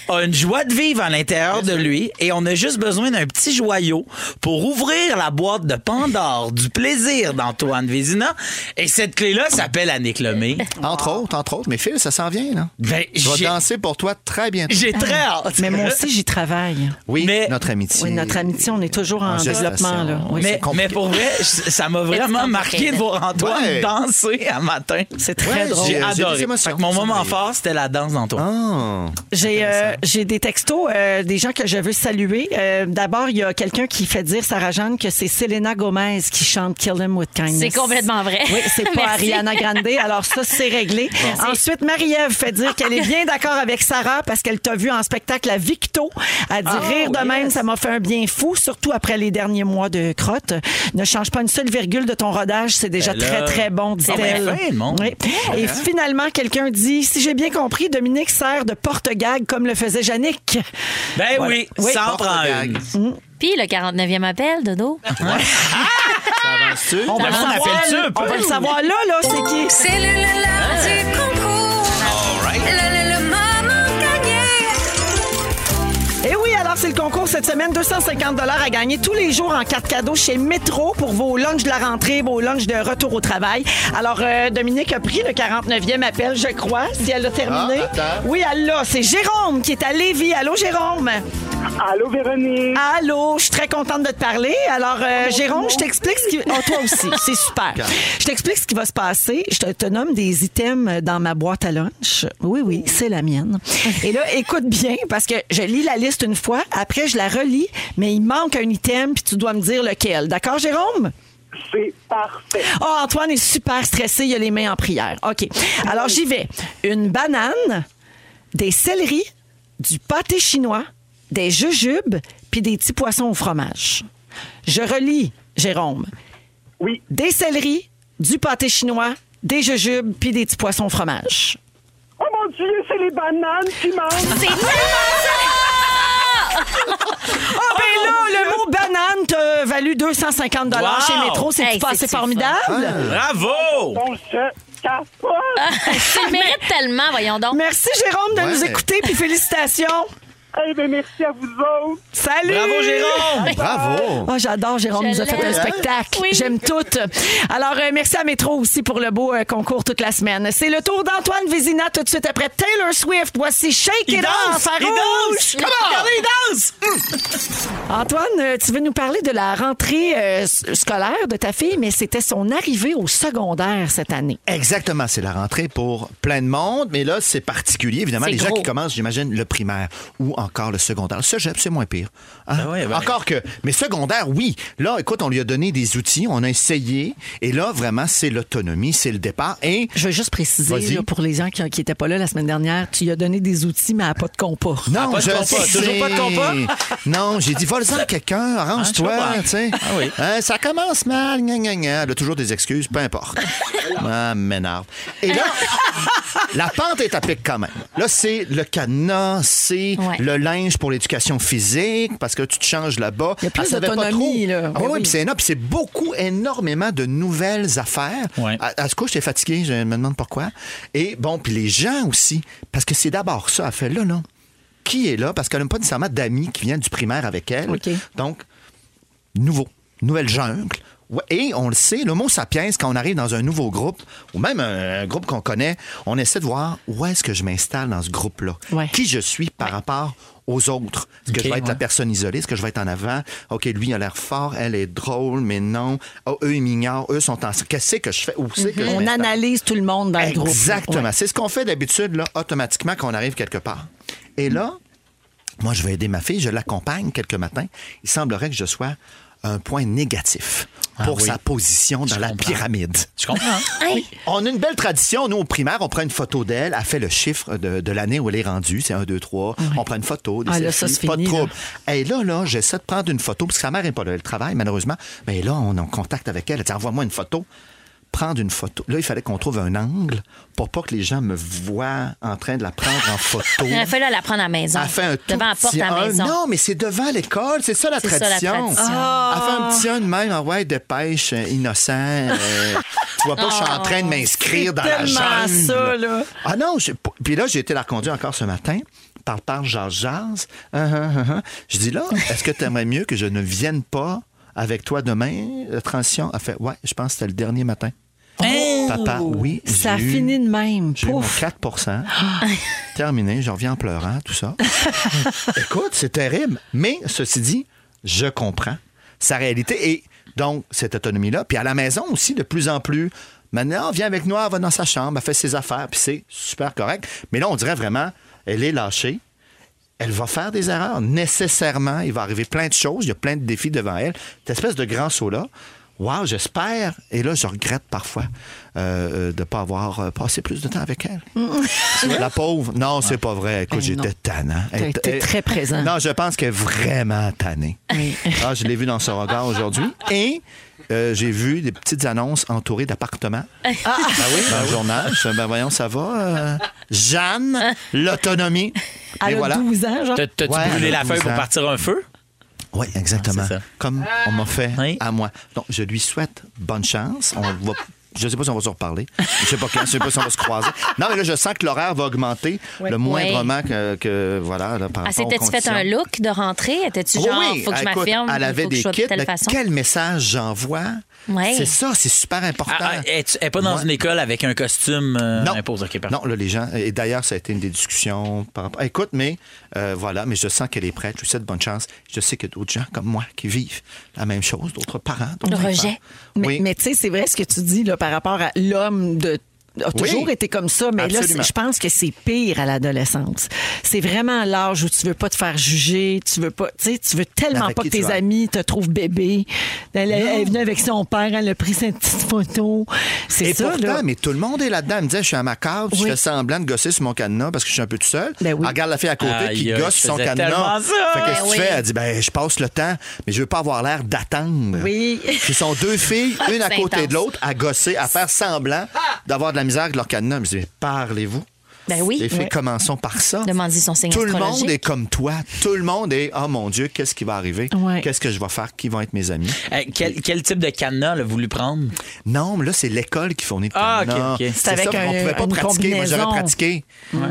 S1: a une joie de vivre à l'intérieur de lui et on a juste besoin d'un petit joyau pour ouvrir la boîte de Pandore du plaisir d'Antoine Vézina. Et cette clé-là s'appelle Annick Lemay.
S4: Entre autres, entre autres. Mais Phil, ça s'en vient, là.
S1: Ben,
S4: Je vais
S1: j'ai-
S4: danser pour toi très bientôt.
S1: J'ai très hâte.
S2: Ah. Mais moi aussi, j'y travaille.
S4: Oui,
S1: Mais-
S4: notre amitié.
S2: Oui, notre amitié, on est toujours en
S4: gestation.
S2: développement. Là. Oui,
S4: c'est
S1: mais,
S4: compliqué.
S1: mais pour vrai, j- ça m'a vraiment
S5: compliqué,
S1: marqué de
S5: là.
S1: voir Antoine
S4: Ouais.
S1: danser un matin.
S2: C'est très
S4: Ouais,
S2: drôle.
S4: j'ai-
S1: J'ai
S4: des
S1: adoré.
S4: émotions.
S1: Fait que mon
S4: Ça
S1: moment
S4: m'arrive.
S1: fort, c'était la danse d'Antoine.
S4: Ah.
S2: J'ai euh, j'ai des textos euh, des gens que je veux saluer. Euh, D'abord, il y a quelqu'un qui fait dire, Sarah Jeanne, que c'est Selena Gomez qui chante Kill Them With Kindness.
S5: C'est complètement vrai.
S2: Oui, c'est pas
S5: Merci.
S2: Ariana Grande. Alors ça, c'est réglé. Ensuite, Marie-Ève fait dire qu'elle est bien d'accord avec Sarah parce qu'elle t'a vu en spectacle à Victo. Elle
S1: Ah,
S2: dit
S1: oh,
S2: rire de même, ça m'a fait un bien fou, surtout après les derniers mois de crotte. Ne change pas une seule virgule de ton rodage, c'est déjà
S1: Ben là.
S2: très très bon,
S1: Ah, ben,
S2: dit-elle.
S1: fin, le monde.
S2: Oui. Et finalement, quelqu'un dit, si j'ai bien compris, Dominique sert de porte-gag comme le faisait Yannick.
S1: Ben oui,
S2: Oui.
S1: ça en prend
S4: Porte-gag.
S1: une.
S5: Puis le 49e appel, Dodo.
S4: Avances-tu?
S2: On va, le
S1: Ça en
S2: savoir,
S1: appelle-tu un peu?
S2: on va le savoir là, là, c'est qui?
S7: C'est le la la du concours. Le, le, le maman gagné.
S2: Et Eh oui, alors c'est le concours cette semaine. 250 dollars à gagner tous les jours en carte cadeau chez Métro pour vos lunchs de la rentrée, vos lunchs de retour au travail. Alors, euh, Dominique a pris le 49e appel, je crois, si elle l'a terminé.
S4: Ah, attends.
S2: oui, elle l'a. C'est Jérôme qui est à Lévis. Allô, Jérôme?
S8: Allô, Véronique.
S2: Allô, je suis très contente de te parler. Alors, euh, Jérôme, je t'explique ce qui... Oh, toi aussi, c'est super. Je t'explique ce qui va se passer. Je te, te nomme des items dans ma boîte à lunch. Oui, oui, c'est la mienne. Et là, écoute bien, parce que je lis la liste une fois, après je la relis, mais il manque un item, puis tu dois me dire lequel. D'accord, Jérôme?
S8: C'est parfait.
S2: Oh, Antoine est super stressé, il a les mains en prière. OK. Alors, j'y vais. Une banane, des céleris, du pâté chinois, des jujubes, puis des petits poissons au fromage. Je relis, Jérôme.
S8: Oui.
S2: Des céleris, du pâté chinois, des jujubes, puis des petits poissons au fromage.
S8: Oh mon Dieu, c'est les bananes qui mangent.
S2: Ah,
S1: Oh,
S2: ben là, le mot banane t'a valu 250 dollars
S1: Wow! Hein?
S2: chez Métro. C'est-tu
S5: Hey,
S2: pas
S5: c'est-tu
S2: assez formidable?
S4: Ah.
S1: Bravo!
S2: Ah.
S8: On se
S5: Ah.
S8: capote.
S5: Tu le mérites tellement, voyons donc.
S2: Merci, Jérôme, de
S4: Ouais.
S2: nous écouter, puis félicitations.
S8: Eh bien, merci à vous autres.
S2: Salut!
S1: Bravo, Jérôme!
S4: Bravo!
S2: Oh, j'adore, Jérôme
S5: Je
S2: nous a fait un
S5: l'aime.
S2: spectacle.
S5: Oui.
S2: J'aime tout. Alors, euh, merci à Métro aussi pour le beau euh, concours toute la semaine. C'est le tour d'Antoine Vézina tout de suite après Taylor Swift. Voici Shake
S1: Il
S2: It Off
S1: danse!
S2: à
S1: Il
S2: Rouge.
S1: danse! Regardez, il danse!
S2: Antoine, euh, tu veux nous parler de la rentrée euh, s- scolaire de ta fille, mais c'était son arrivée au secondaire cette année.
S4: Exactement, c'est la rentrée pour plein de monde, mais là, c'est particulier, évidemment.
S5: C'est
S4: Les gens
S5: gros.
S4: qui commencent, j'imagine, le primaire ou encore le secondaire. Le cégep, c'est moins pire. Hein?
S1: Ah ouais, ben-
S4: Encore que, mais secondaire, oui. Là, écoute, on lui a donné des outils, on a essayé, et là, vraiment, c'est l'autonomie, c'est le départ. Et
S2: Je veux juste préciser,
S4: Vas-y.
S2: là, pour les gens qui n'étaient pas là la semaine dernière, tu lui as donné des outils, mais elle a pas de compas.
S4: Non,
S1: Ah, pas de
S4: je
S1: compas,
S4: sais.
S1: toujours pas de compas?
S4: non, j'ai dit, vole-en à quelqu'un, arrange-toi,
S1: Ah, je comprends.
S4: tu sais.
S1: Ah oui.
S4: Euh, ça commence mal, gna, gna, gna. Elle a toujours des excuses, peu importe. ah, m'énerve. Et là, la pente est à pic quand même. Là, c'est le cadenas, c'est
S5: Ouais.
S4: le linge pour l'éducation physique, parce que tu te changes là-bas.
S2: Il y a plus
S4: Elle savait pas
S2: d'autonomie,
S4: trop.
S2: là.
S1: Ben
S4: Ah oui,
S2: Oui.
S4: puis c'est énorme. Puis c'est beaucoup, énormément de nouvelles affaires.
S1: Ouais.
S4: À- à ce coup, j'étais fatigué, je me demande pourquoi. Et bon, puis les gens aussi, parce que c'est d'abord ça, elle fait là, non. Qui est là? Parce qu'elle n'a pas nécessairement d'amis qui viennent du primaire avec elle.
S2: OK.
S4: Donc, nouveau, nouvelle jungle. Ouais, Et on le sait, le mot sapiens, quand on arrive dans un nouveau groupe, ou même un, un groupe qu'on connaît, on essaie de voir où est-ce que je m'installe dans ce groupe-là.
S2: Ouais.
S4: Qui je suis par rapport aux autres. Est-ce que
S1: Ok,
S4: je vais être la
S1: ouais.
S4: personne isolée? Est-ce que je vais être en avant? OK, lui, il a l'air fort, elle est drôle, mais non. Oh, eux, ils m'ignorent, eux sont en... Qu'est-ce que je fais? Où c'est que je
S2: Mhm. On
S4: m'installe?
S2: analyse tout le monde dans le groupe.
S4: Exactement. C'est ce qu'on fait d'habitude, là, automatiquement, quand on arrive quelque part. Et là, moi, je vais aider ma fille, je l'accompagne quelques matins. Il semblerait que je sois un point négatif
S1: Ah
S4: pour
S1: oui.
S4: sa position dans
S1: Je
S4: la
S1: comprends.
S4: pyramide.
S1: Tu comprends?
S4: On a une belle tradition, nous, au primaire, on prend une photo d'elle, elle fait le chiffre de, de l'année où elle est rendue, c'est 1, 2, 3, on prend une photo, des
S2: Ah, là,
S4: selfies,
S2: ça, c'est
S4: pas de
S2: fini, là.
S4: trouble. Et là, là, j'essaie de prendre une photo, parce que sa mère n'est pas là, elle travaille, malheureusement, mais là, on est en contact avec elle, elle dit, envoie-moi une photo. Prendre une photo. Là, il fallait qu'on trouve un angle pour pas que les gens me voient en train de la prendre en photo.
S5: Il aurait fallu la prendre à la maison.
S4: Elle fait un tout
S5: Devant la porte
S4: petit
S5: à la
S4: un.
S5: maison.
S4: Non, mais c'est devant l'école, c'est ça la
S5: C'est ça, la
S4: tradition.
S5: tradition.
S4: Elle fait un petit un de même, ah ouais, de pêche, euh, innocent. euh, tu vois pas, je suis
S5: Ah.
S4: en train de m'inscrire dans la
S2: tellement
S4: jungle.
S2: ça, là.
S4: Ah non, j'ai pas- puis là, j'ai été la reconduire encore ce matin par par Georges Jazz. Ah, Je dis là, est-ce que tu aimerais mieux que je ne vienne pas avec toi demain? La transition a fait, ouais, je pense que c'était le dernier matin. Papa, oui.
S2: Oh! Ça a
S4: j'ai eu-
S2: fini de même.
S4: j'ai eu mon
S2: Pouf.
S4: 4 Terminé, je reviens en pleurant, hein, tout ça. Écoute, c'est terrible. Mais ceci dit, je comprends sa réalité et donc cette autonomie-là. Puis à la maison aussi, de plus en plus. Maintenant, viens avec nous, elle va dans sa chambre, elle fait ses affaires, puis c'est super correct. Mais là, on dirait vraiment, elle est lâchée. Elle va faire des erreurs, nécessairement. Il va arriver plein de choses, il y a plein de défis devant elle. Cette espèce de grand saut-là, wow, j'espère. Et là, je regrette parfois euh, euh, de ne pas avoir euh, passé plus de temps avec elle. La pauvre, non, c'est pas vrai. Écoute,
S2: Ben Mm. non.
S4: j'étais tannant.
S2: T'as
S4: Elle-
S2: été
S4: elle-
S2: très présent.
S4: Non, je pense qu'elle est vraiment tannée. Ah, je l'ai vu dans son regard aujourd'hui. Et euh, j'ai vu des petites annonces entourées d'appartements. Ah, oui? Dans le journal. Je fais, ben voyons, ça va. euh, Jeanne, l'autonomie. Et
S2: Elle a
S4: voilà.
S2: 12 ans, genre.
S1: T'as- T'as-tu
S4: Ouais,
S1: brûlé la
S4: douze
S1: feuille pour
S4: ans.
S1: partir un feu?
S4: Oui, exactement.
S1: Ah, c'est ça.
S4: Comme on m'a fait
S1: Oui.
S4: à moi. Donc, je lui souhaite bonne chance. On va. Je ne sais pas si on va se reparler. Je ne sais pas quand, je sais pas si on va se croiser. Non, mais là, je sens que l'horaire va augmenter le moindrement que, que- Voilà, là, par rapport aux
S5: Ah, s'était-tu fait un
S4: conditions.
S5: look de rentrée? Étais-tu
S4: Oui,
S5: genre,
S4: oui.
S5: faut que je
S4: Écoute,
S5: m'affirme?
S4: Elle avait
S5: faut que
S4: des
S5: je sois
S4: kits.
S5: de telle
S4: mais
S5: façon.
S4: Quel message j'envoie?
S5: Ouais.
S4: C'est ça, c'est super important.
S1: Ah, ah, elle n'est pas dans
S4: Ouais.
S1: une école avec un costume euh,
S4: Non.
S1: imposé. Ok, parfait.
S4: non, là, les gens. Et d'ailleurs, ça a été une des discussions par rapport. Écoute, mais euh, voilà, mais je sens qu'elle est prête. Je lui souhaite bonne chance. Je sais que d'autres gens comme moi qui vivent la même chose, d'autres parents, d'autres
S5: Le
S4: enfants.
S5: rejet.
S2: Mais,
S4: Oui.
S2: mais tu sais, c'est vrai ce que tu dis là, par rapport à l'homme de a toujours été comme ça, mais
S4: absolument.
S2: là, c'est- je pense que c'est pire à l'adolescence. C'est vraiment l'âge où tu veux pas te faire juger, tu veux pas, tu sais, tu veux tellement
S4: Avec
S2: pas que
S4: qui tu
S2: tes
S4: vas.
S2: amis te trouvent bébé. Elle, elle est venue avec son père, elle a pris cette petite photo. C'est
S4: Et
S2: ça,
S4: pourtant,
S2: là.
S4: mais tout le monde est là-dedans. Elle me disait, je suis à ma cave, je
S2: Oui.
S4: fais semblant de gosser sur mon cadenas parce que je suis un peu tout seul.
S2: Ben oui.
S4: Elle regarde la fille à côté
S1: Aïe,
S4: qui
S1: aïe,
S4: gosse
S1: je
S4: sur son
S1: faisais
S4: cadenas.
S1: tellement ça.
S4: Fait qu'est-ce que
S5: Ben
S4: tu
S5: oui.
S4: fais? Elle dit, ben, je passe le temps, mais je veux pas avoir l'air d'attendre.
S2: Oui.
S4: Ce sont deux filles, une à
S5: Ah, C'est
S4: côté
S5: intense.
S4: de l'autre, à gosser, à faire semblant
S1: Ah!
S4: d'avoir de la misère avec leur cadenas. Je me dis, mais parlez-vous.
S5: Ben oui.
S4: Les filles,
S5: Ouais.
S4: commençons par ça.
S5: Demandez son signe
S4: Tout le monde
S5: astrologique.
S4: est comme toi. Tout le monde est, oh mon Dieu, qu'est-ce qui va arriver?
S2: Ouais.
S4: Qu'est-ce que je vais faire? Qui vont être mes amis?
S1: Euh, quel, quel type de cadenas a voulu prendre?
S4: Non, mais là, c'est l'école qui fournit le
S1: Ah,
S4: cadenas.
S1: ok, ok. C'est
S4: C'est
S2: avec
S4: ça, on
S2: un-
S4: pouvait pas
S2: une
S4: pratiquer. Moi, j'aurais
S2: combinaison.
S4: pratiqué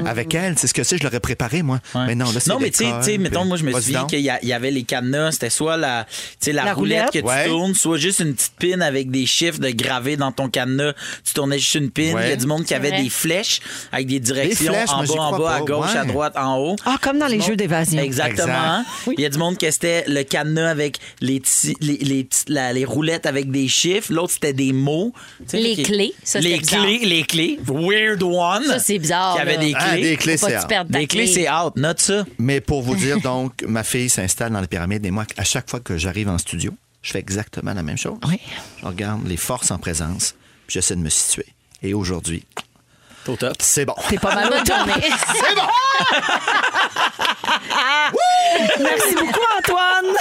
S4: avec elle. C'est ce que c'est, je l'aurais préparé, moi.
S1: Ouais.
S4: Mais non, là, c'est
S1: non, mais tu sais-
S4: l'école,
S1: tu sais, mettons,
S4: puis-
S1: moi, je me
S4: Vas-y
S1: suis dit
S4: donc.
S1: qu'il y, a- il y avait les cadenas, c'était soit la, tu sais, la,
S2: La
S1: roulette,
S2: roulette.
S1: que tu
S4: Ouais.
S1: tournes, soit juste une petite pine avec des chiffres de gravés dans ton cadenas. Tu tournais juste une pine. Il
S4: Ouais.
S1: y a du monde qui avait
S5: vrai.
S1: des flèches avec des directions
S4: flèches,
S1: en
S4: moi, j'y
S1: bas, en
S4: crois
S1: bas, à
S4: pas.
S1: gauche, à
S4: Ouais.
S1: droite, en haut.
S2: Ah, comme dans les
S1: Bon.
S2: jeux d'évasion.
S1: Exactement.
S4: Exact.
S1: Il y a du monde que c'était le cadenas avec les, petits- les, les petites- la- les roulettes avec des chiffres. L'autre, c'était des mots. Tu sais,
S5: Les
S1: qui-
S5: clés. Ça,
S1: les
S5: c'était bizarre.
S1: clés, les clés. Weird one.
S5: Ça, c'est bizarre,
S1: Qui avait
S5: là.
S1: des clés.
S4: Ah, des clés,
S5: Faut pas
S4: c'est
S5: que tu
S4: out.
S5: perdes ta
S1: Des clés, c'est out. Note ça.
S4: Mais pour vous dire, donc, ma fille s'installe dans les pyramides et moi, à chaque fois que j'arrive en studio, je fais exactement la même chose.
S2: Oui.
S4: Je regarde les forces en présence, puis j'essaie de me situer. Et aujourd'hui,
S1: Au top.
S4: c'est bon.
S2: T'es pas mal
S5: Bonne journée.
S2: Merci beaucoup, Antoine.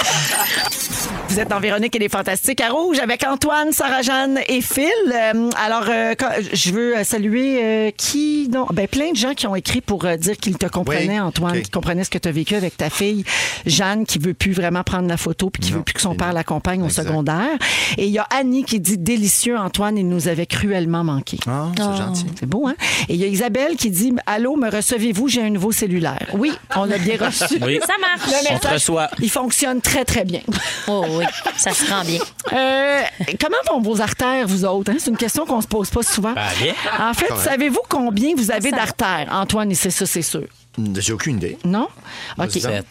S2: Vous êtes dans Véronique et les Fantastiques à Rouge avec Antoine, Sarah-Jeanne et Phil. Euh, alors, euh, quand- je veux euh, saluer euh, qui? Non, ben, plein de gens qui ont écrit pour euh, dire qu'ils te comprenaient,
S4: Oui,
S2: Antoine,
S4: ok.
S2: qui comprenaient ce que tu as vécu avec ta fille. Jeanne qui veut plus vraiment prendre la photo puis qui
S4: Non,
S2: veut plus que son
S4: c'est
S2: père
S4: non.
S2: l'accompagne au
S4: Exact.
S2: secondaire. Et il y a Annie qui dit délicieux, Antoine, il nous avait cruellement manqué.
S4: Ah, c'est gentil.
S2: C'est beau, hein? Et il y a Isabelle qui dit Allô, me recevez-vous? J'ai un nouveau cellulaire. Oui, on a bien reçu.
S1: Oui.
S5: Ça marche.
S2: Le
S1: On
S2: message,
S1: te reçoit.
S2: Il fonctionne très, très bien.
S5: Oh oui, ça se rend bien.
S2: Euh, comment vont vos artères, vous autres? hein? C'est une question qu'on se pose pas souvent.
S1: Ben, bien.
S2: En fait,
S4: Correct.
S2: savez-vous combien vous avez d'artères? Antoine, c'est ça, c'est sûr.
S4: J'ai aucune idée.
S2: Non? OK.
S1: Sept.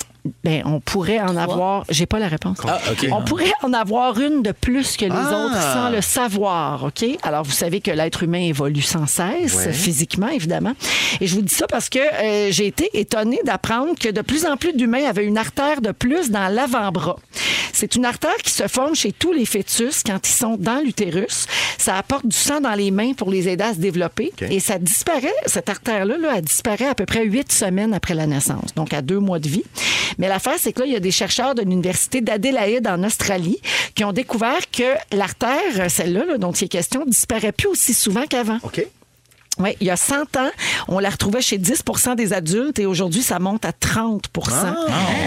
S2: ben, on pourrait en avoir. J'ai pas la réponse.
S1: Ah, OK.
S2: On pourrait en avoir une de plus que les
S4: Ah.
S2: autres sans le savoir, OK? Alors, vous savez que l'être humain évolue sans cesse,
S4: Ouais.
S2: physiquement, évidemment. Et je vous dis ça parce que euh, j'ai été étonnée d'apprendre que de plus en plus d'humains avaient une artère de plus dans l'avant-bras. C'est une artère qui se forme chez tous les fœtus quand ils sont dans l'utérus. Ça apporte du sang dans les mains pour les aider à se développer.
S4: OK.
S2: Et ça disparaît, cette artère-là, là, elle disparaît à peu près huit semaines après la naissance, donc à deux mois de vie. Mais l'affaire, c'est que là, il y a des chercheurs de l'Université d'Adélaïde en Australie qui ont découvert que l'artère, celle-là, là, dont il est question, disparaît plus aussi souvent qu'avant.
S4: OK.
S2: Oui, il y a 100 ans, on la retrouvait chez 10 des adultes et aujourd'hui, ça monte à 30
S1: Ah, ouais.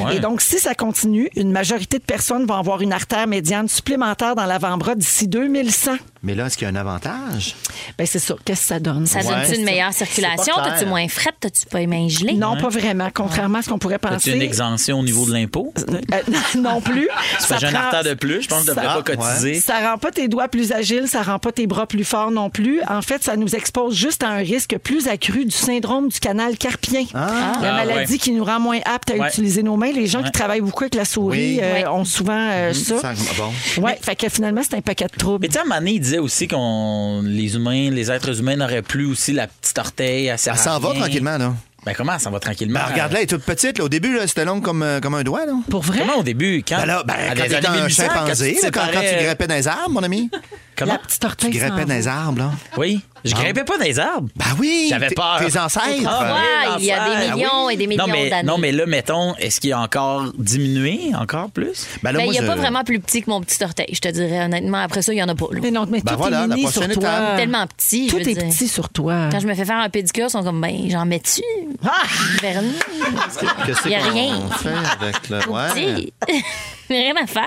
S4: Ah,
S2: Et donc, si ça continue, une majorité de personnes vont avoir une artère médiane supplémentaire dans l'avant-bras d'ici 2100.
S4: Mais là, est-ce qu'il y a un avantage?
S2: Ben c'est ça. Qu'est-ce que ça donne?
S5: Ça
S4: Ouais.
S5: donne-tu une meilleure
S4: C'est pas
S5: circulation?
S4: clair.
S5: T'as-tu moins frette? T'as-tu pas les mains gelées?
S2: Non, pas vraiment. Contrairement à ce qu'on pourrait
S1: As-tu
S2: penser.
S1: une exemption au niveau de l'impôt?
S2: Euh, non plus.
S1: Ça fait un
S2: prend-
S1: artère de plus, je pense que tu
S2: ça-
S1: devrais pas
S4: Ah, ouais.
S1: cotiser.
S2: Ça rend pas tes doigts plus agiles, ça rend pas tes bras plus forts non plus. En fait, ça nous expose juste à un risque plus accru du syndrome du canal carpien. La
S1: Ah,
S2: maladie
S1: ouais.
S2: qui nous rend moins aptes à
S1: Ouais.
S2: utiliser nos mains. Les gens qui
S1: Ouais.
S2: travaillent beaucoup avec la souris
S4: Oui. Mhm.
S2: euh,
S5: Ouais.
S2: ont souvent euh, ça.
S4: Ça, ah, bon.
S2: Ouais, fait que finalement, c'est un paquet de troubles.
S1: Mais tu sais, à un moment donné, il disait aussi qu'on les humains, les êtres humains n'auraient plus aussi la petite orteil à
S4: Elle s'en va tranquillement, là.
S1: Ben comment ça va tranquillement?
S4: Ben, regarde, là, elle est toute petite. là. Au début, là, c'était long comme, euh, comme un doigt. Là.
S2: Pour vrai?
S1: Comment au début? Quand,
S4: Ben là, ben,
S1: à
S4: quand
S1: des
S4: t'étais
S1: années
S4: un
S1: 1800,
S4: chimpanzé, là,
S1: tu te
S4: quand, quand tu
S1: séparais- euh,
S4: grimpais dans les arbres, mon ami,
S1: Comment?
S2: La petite orteille.
S4: tu
S2: s'en
S4: grimpais dans
S2: va.
S4: les arbres, là.
S1: Oui. Je
S4: Ah.
S1: grimpais pas dans les arbres.
S4: Ben oui!
S1: J'avais
S4: t'es-
S1: peur.
S4: Tes ancêtres.
S1: Ah, ouais.
S5: Ouais, il y a des
S1: Ah
S5: millions et des millions
S1: Non mais,
S5: d'années.
S1: non, mais là, mettons, est-ce qu'il a encore diminué, encore plus?
S4: Ben là,
S5: Ben, il
S4: moi,
S5: n'y a
S4: je-
S5: pas vraiment plus petit que mon petit orteil, je te dirais honnêtement. Après ça, il n'y en a pas. là.
S2: Mais non, mais
S4: Ben
S2: tout
S4: voilà,
S2: est
S4: la
S2: mini sur
S4: prochaine
S2: toi.
S4: étape.
S5: Tellement petit, je
S2: Tout
S5: veux
S2: est
S5: dire.
S2: petit sur toi.
S5: Quand je me fais faire un pédicure, ils sont comme, ben, j'en mets-tu?
S4: Ah!
S5: Vernis.
S4: Qu'est-ce
S5: Y a
S4: qu'on
S5: rien.
S4: fait avec le... Ouais.
S5: Petit. Rien à faire.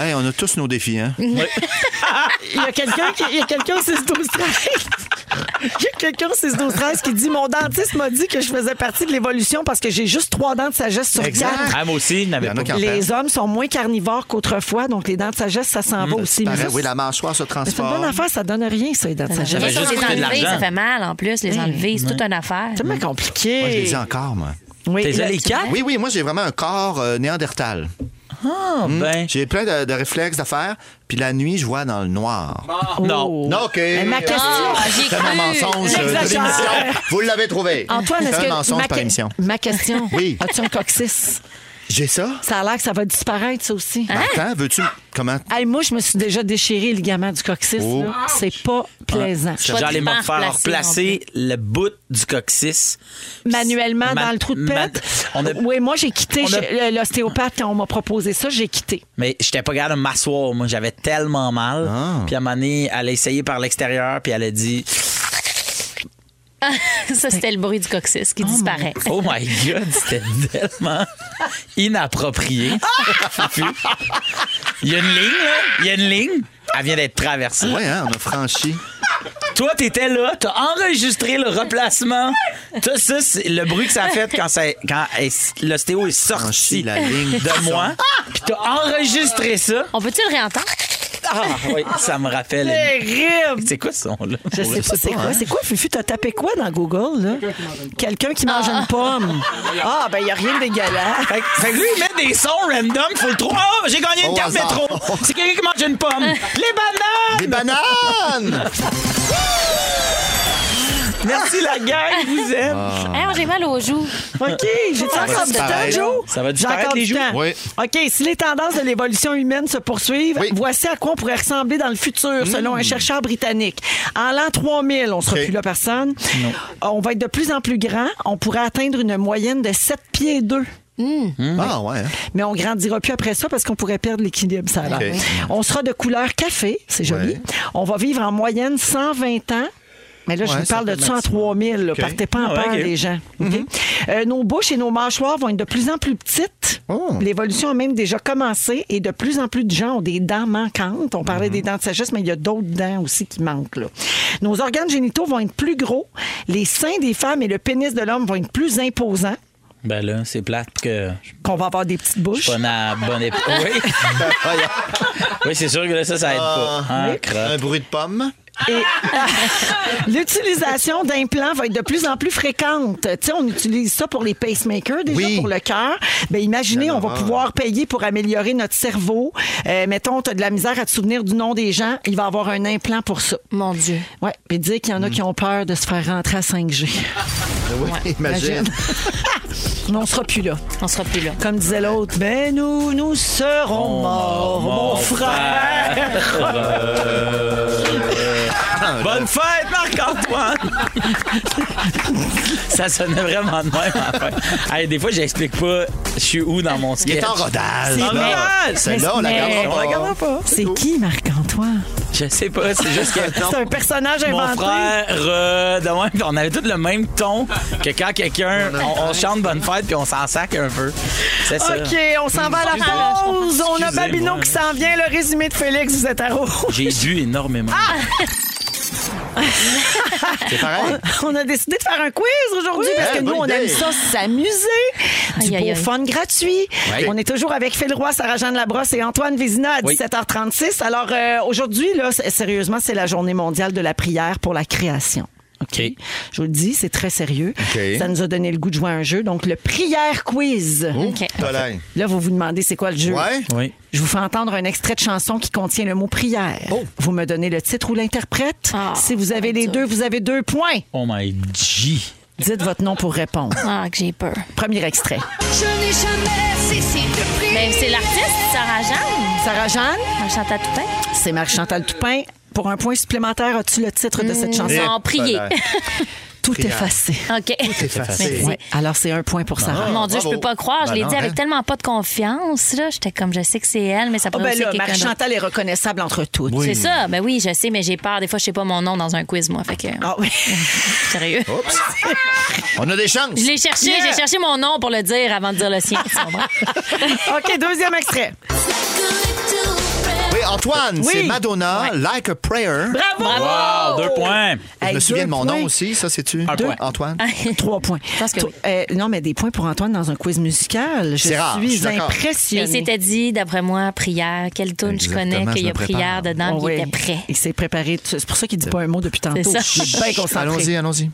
S4: Hey, on a tous nos défis, hein?
S2: Il y a quelqu'un qui- il y a quelqu'un au 6-12-13. Il y a quelqu'un au 6-12-13 qui dit Mon dentiste m'a dit que je faisais partie de l'évolution parce que j'ai juste trois dents de sagesse sur
S4: Exact.
S2: quatre.
S1: Ah, moi aussi, il
S4: Il
S1: n'avait
S4: y en
S1: pas.
S4: a qui en
S2: Les
S4: perdent.
S2: hommes sont moins carnivores qu'autrefois, donc les dents de sagesse, ça s'en va aussi. Mais
S4: Hmm, Pareil,
S2: ça,
S4: oui, la mâchoire se
S2: C'est une
S4: transforme.
S2: bonne affaire, ça donne rien, ça, les dents de
S5: Rien
S2: sagesse.
S1: juste
S5: que les
S1: coûté de
S5: enlever, ça
S1: l'argent.
S5: fait mal en plus, les enlever. C'est toute une affaire.
S2: C'est tellement compliqué.
S4: Moi, je les ai encore, moi.
S2: Oui,
S1: T'es
S2: là,
S1: allé les
S2: tu-
S1: quatre?
S4: Oui, oui, moi, j'ai vraiment un corps euh, néandertal.
S1: Ah,
S2: Hein?
S1: ben.
S4: J'ai plein de, de réflexes d'affaires, puis la nuit, je vois dans le noir.
S2: Oh.
S1: Non.
S4: Non, OK.
S2: Mais ma question.
S5: Ah, j'ai
S4: C'est un mensonge
S5: cru.
S4: euh, de
S2: J'exagère.
S4: l'émission. Vous l'avez trouvé.
S2: Antoine,
S4: C'est
S2: est-ce
S4: un
S2: que.
S4: mensonge
S2: ma...
S4: par émission.
S2: ma question.
S4: Oui.
S2: As-tu un coccyx?
S4: J'ai ça?
S2: Ça a l'air que ça va disparaître, ça aussi.
S4: Martin, veux-tu... Comment...
S2: Hey, moi, je me suis déjà déchiré le ligament du coccyx.
S4: Oh.
S2: là. C'est pas
S1: Ah,
S2: plaisant.
S5: Pas
S1: J'allais
S5: de
S1: me
S5: banc
S1: faire
S5: replacé
S1: placer le bout du coccyx.
S2: manuellement
S1: Ma-
S2: dans le trou de
S1: ma-
S2: pète.
S1: on a-
S2: Oui, moi, j'ai quitté
S1: On a-
S2: chez- l'ostéopathe quand on m'a proposé ça, j'ai quitté.
S1: Mais j'étais pas capable de m'asseoir, moi. J'avais tellement mal.
S4: Ah.
S1: Puis à un moment donné, elle a essayé par l'extérieur, puis elle a dit
S5: Ça, c'était le bruit du coccyx qui disparaît.
S1: Oh my God, c'était tellement inapproprié. Fufu. Il y a une ligne, là. Il y a une ligne. Elle vient d'être traversée.
S4: Ouais, hein, on a franchi.
S1: Toi, t'étais là, t'as enregistré le replacement. T'as ça, c'est le bruit que ça a fait quand, ça, quand est- l'ostéo est sorti
S4: Franchi Ah, la ligne
S1: de moi. Puis t'as enregistré ça.
S5: On peut-tu le réentendre?
S1: Ah oui, ça me rappelle.
S2: Terrible!
S1: C'est quoi ce son-là?
S2: Je sais pas, c'est quoi? C'est quoi, Fufu? T'as tapé quoi dans Google, là? Quelqu'un qui mange une pomme. Ah, ben, il n'y a rien de dégueulasse.
S1: Fait, que- fait que lui, il met des sons random, faut le trouver. Oh, j'ai gagné une
S4: Au
S1: carte
S4: hasard.
S1: métro. C'est quelqu'un qui mange une pomme. Les
S4: Des
S1: bananes!
S4: bananes!
S1: Merci la gang, je vous aime.
S5: Hein, j'ai mal aux joues.
S2: OK, j'ai encore du temps,
S4: disparaître.
S2: Joe?
S1: Ça va
S2: J'ai
S1: disparaître,
S2: encore
S1: les
S2: du
S1: joues?
S2: temps.
S4: Oui.
S2: OK, si les tendances de l'évolution humaine se poursuivent,
S4: Oui. Mm.
S2: voici à quoi on pourrait ressembler dans le futur, selon un chercheur britannique. En l'an 3000, on ne sera
S4: OK.
S2: plus là personne. On va être de plus en plus grand. On pourrait atteindre une moyenne de 7 pieds 2. Hmm.
S4: Ah, ouais. hein.
S2: Mais on grandira plus après ça parce qu'on pourrait perdre l'équilibre, ça a l'air.
S4: OK.
S2: On sera de couleur café, c'est joli.
S4: Ouais.
S2: On va vivre en moyenne 120 ans. Mais là, je
S4: Ouais,
S2: vous parle
S4: ça
S2: de
S4: fait
S2: ça en 3000. là.
S4: OK. Mhm.
S2: Partez pas en
S1: Ah ouais,
S2: peur,
S1: OK.
S2: les gens. OK? Euh, nos bouches et nos mâchoires vont être de plus en plus petites.
S4: Oh.
S2: L'évolution a même déjà commencé et de plus en plus de gens ont des dents manquantes. On
S4: Mhm.
S2: parlait des dents de sagesse, mais il y a d'autres dents aussi qui manquent. là. Nos organes génitaux vont être plus gros. Les seins des femmes et le pénis de l'homme vont être plus imposants.
S1: Ben là, c'est plate que je suis
S2: Qu'on va avoir des petites bouches.
S1: pas à bonne époque. Oui,
S4: Ben, voyons.
S1: oui c'est sûr que là, ça, ça aide pas. Ah,
S4: Un
S1: crotte.
S4: bruit de pomme.
S2: Et l'utilisation d'implants va être de plus en plus fréquente. Tu sais, on utilise ça pour les pacemakers déjà,
S4: Oui.
S2: pour le cœur. Ben, imaginez, on va pouvoir payer pour améliorer notre cerveau. Euh, mettons, tu as de la misère à te souvenir du nom des gens, il va avoir un implant pour ça.
S5: Mon Dieu.
S2: Ouais, puis dire qu'il y en a qui ont peur de se faire rentrer à 5G.
S4: Oui, imagine.
S2: Mais on sera plus là.
S5: On sera plus là.
S2: Comme disait l'autre, ben nous, nous serons morts, mon frère.
S1: Bonne fête, Marc-Antoine! ça sonnait vraiment de même à la fin. Hey, des fois, j'explique pas je suis où dans mon
S4: Il
S1: sketch.
S4: est en rodage.
S1: C'est vrai.
S4: là. Celle-là, on la
S5: Mais-
S4: gardera
S1: On
S4: pas.
S1: la gardera pas.
S2: C'est qui, Marc-Antoine?
S1: Je sais pas, c'est juste que...
S2: C'est un personnage
S1: Mon
S2: inventé.
S1: frère, euh, de même, puis on avait tous le même ton que quand quelqu'un, on, on chante bonne fête puis on s'en sac un peu. C'est ça.
S2: OK, on s'en va à la
S1: Excusez-moi.
S2: pause. On a
S1: Excusez-moi.
S2: Babino qui s'en vient. Le résumé de Félix, vous êtes à rouge.
S1: J'ai bu énormément.
S2: Ah!
S4: C'est pareil.
S2: On a décidé de faire un quiz aujourd'hui parce que
S4: Ah, bonne
S2: nous, on aime
S4: idée.
S2: ça s'amuser. Du
S5: Aïe, aïe,
S2: beau
S5: aïe.
S2: fun gratuit.
S4: Ouais.
S2: On est toujours avec Phil Roy, Sarah-Jeanne Labrosse et Antoine Vézina à
S1: Oui.
S2: 17h36. Alors, euh, aujourd'hui, là, c'est- sérieusement, c'est la journée mondiale de la prière pour la création. OK.
S1: OK.
S2: Je vous le dis, c'est très sérieux.
S4: OK.
S2: Ça nous a donné le goût de jouer à un jeu. Donc, le prière quiz.
S4: Oh.
S5: OK.
S4: Tolaille.
S2: Là, vous vous demandez c'est quoi le jeu.
S4: Ouais.
S1: Oui.
S2: Je vous fais entendre un extrait de chanson qui contient le mot prière.
S4: Oh.
S2: Vous me donnez le titre ou l'interprète.
S5: Ah,
S2: si vous avez les
S5: dur.
S2: deux, vous avez deux points.
S1: Oh my G.
S2: Dites votre nom pour répondre.
S5: Ah, que j'ai peur.
S2: Premier extrait.
S5: Mais c'est l'artiste, Sarah Jeanne.
S2: Sarah Jeanne,
S5: Elle chante à tout temps.
S2: c'est Marc-Chantal Toupin. Pour un point supplémentaire, as-tu le titre de
S5: Mmh.
S2: cette chanson?
S5: Sans prier.
S4: Tolaille.
S2: Tout
S4: Prière.
S2: effacé.
S5: OK.
S4: facile.
S5: Merci.
S2: Ouais. Alors, c'est un point pour Sarah.
S5: Mon Dieu,
S4: bravo.
S5: je peux pas croire. Je
S4: Ben
S5: l'ai
S4: non,
S5: dit avec
S4: hein.
S5: tellement pas de confiance. là. J'étais comme, je sais que c'est elle, mais ça
S2: Ah
S5: pourrait
S2: ben
S5: aussi
S2: là,
S5: être quelqu'un d'autre.
S2: Marc-Chantal est reconnaissable entre toutes.
S5: C'est ça. Ben oui, je sais, mais j'ai peur. Des fois, je sais pas mon nom dans un quiz, moi. Fait que,
S2: Ah oui.
S5: sérieux.
S4: Oups. On a des chances.
S5: Je l'ai cherché.
S2: Yeah.
S5: J'ai cherché mon nom pour le dire avant de dire le sien. tu comprends?
S2: OK, deuxième extrait.
S4: Oui, Antoine,
S2: Oui.
S4: c'est Madonna, Like a Prayer.
S2: Bravo! Oh.
S1: Wow, Ah, deux points.
S4: Je
S2: Hey,
S4: me souviens
S2: deux
S4: de mon nom
S2: points.
S4: aussi, ça, c'est-tu?
S1: Un
S4: Deux.
S1: point.
S4: Antoine.
S2: Trois points.
S5: pense que
S2: Toi- euh, non, mais des points pour Antoine dans un quiz musical. Je suis
S4: C'est rare, je suis d'accord.
S2: impressionnée.
S5: Mais il s'était dit, d'après moi, prière. Quelle tune je
S4: Exactement,
S5: connais,
S4: je
S5: qu'il y a
S4: me prépare.
S5: prière dedans,
S2: Oh
S5: puis
S2: oui.
S5: il était prêt.
S2: Il s'est préparé. C'est pour ça qu'il dit pas un mot depuis tantôt.
S5: ça.
S2: Je suis bien concentré.
S4: Allons-y, allons-y.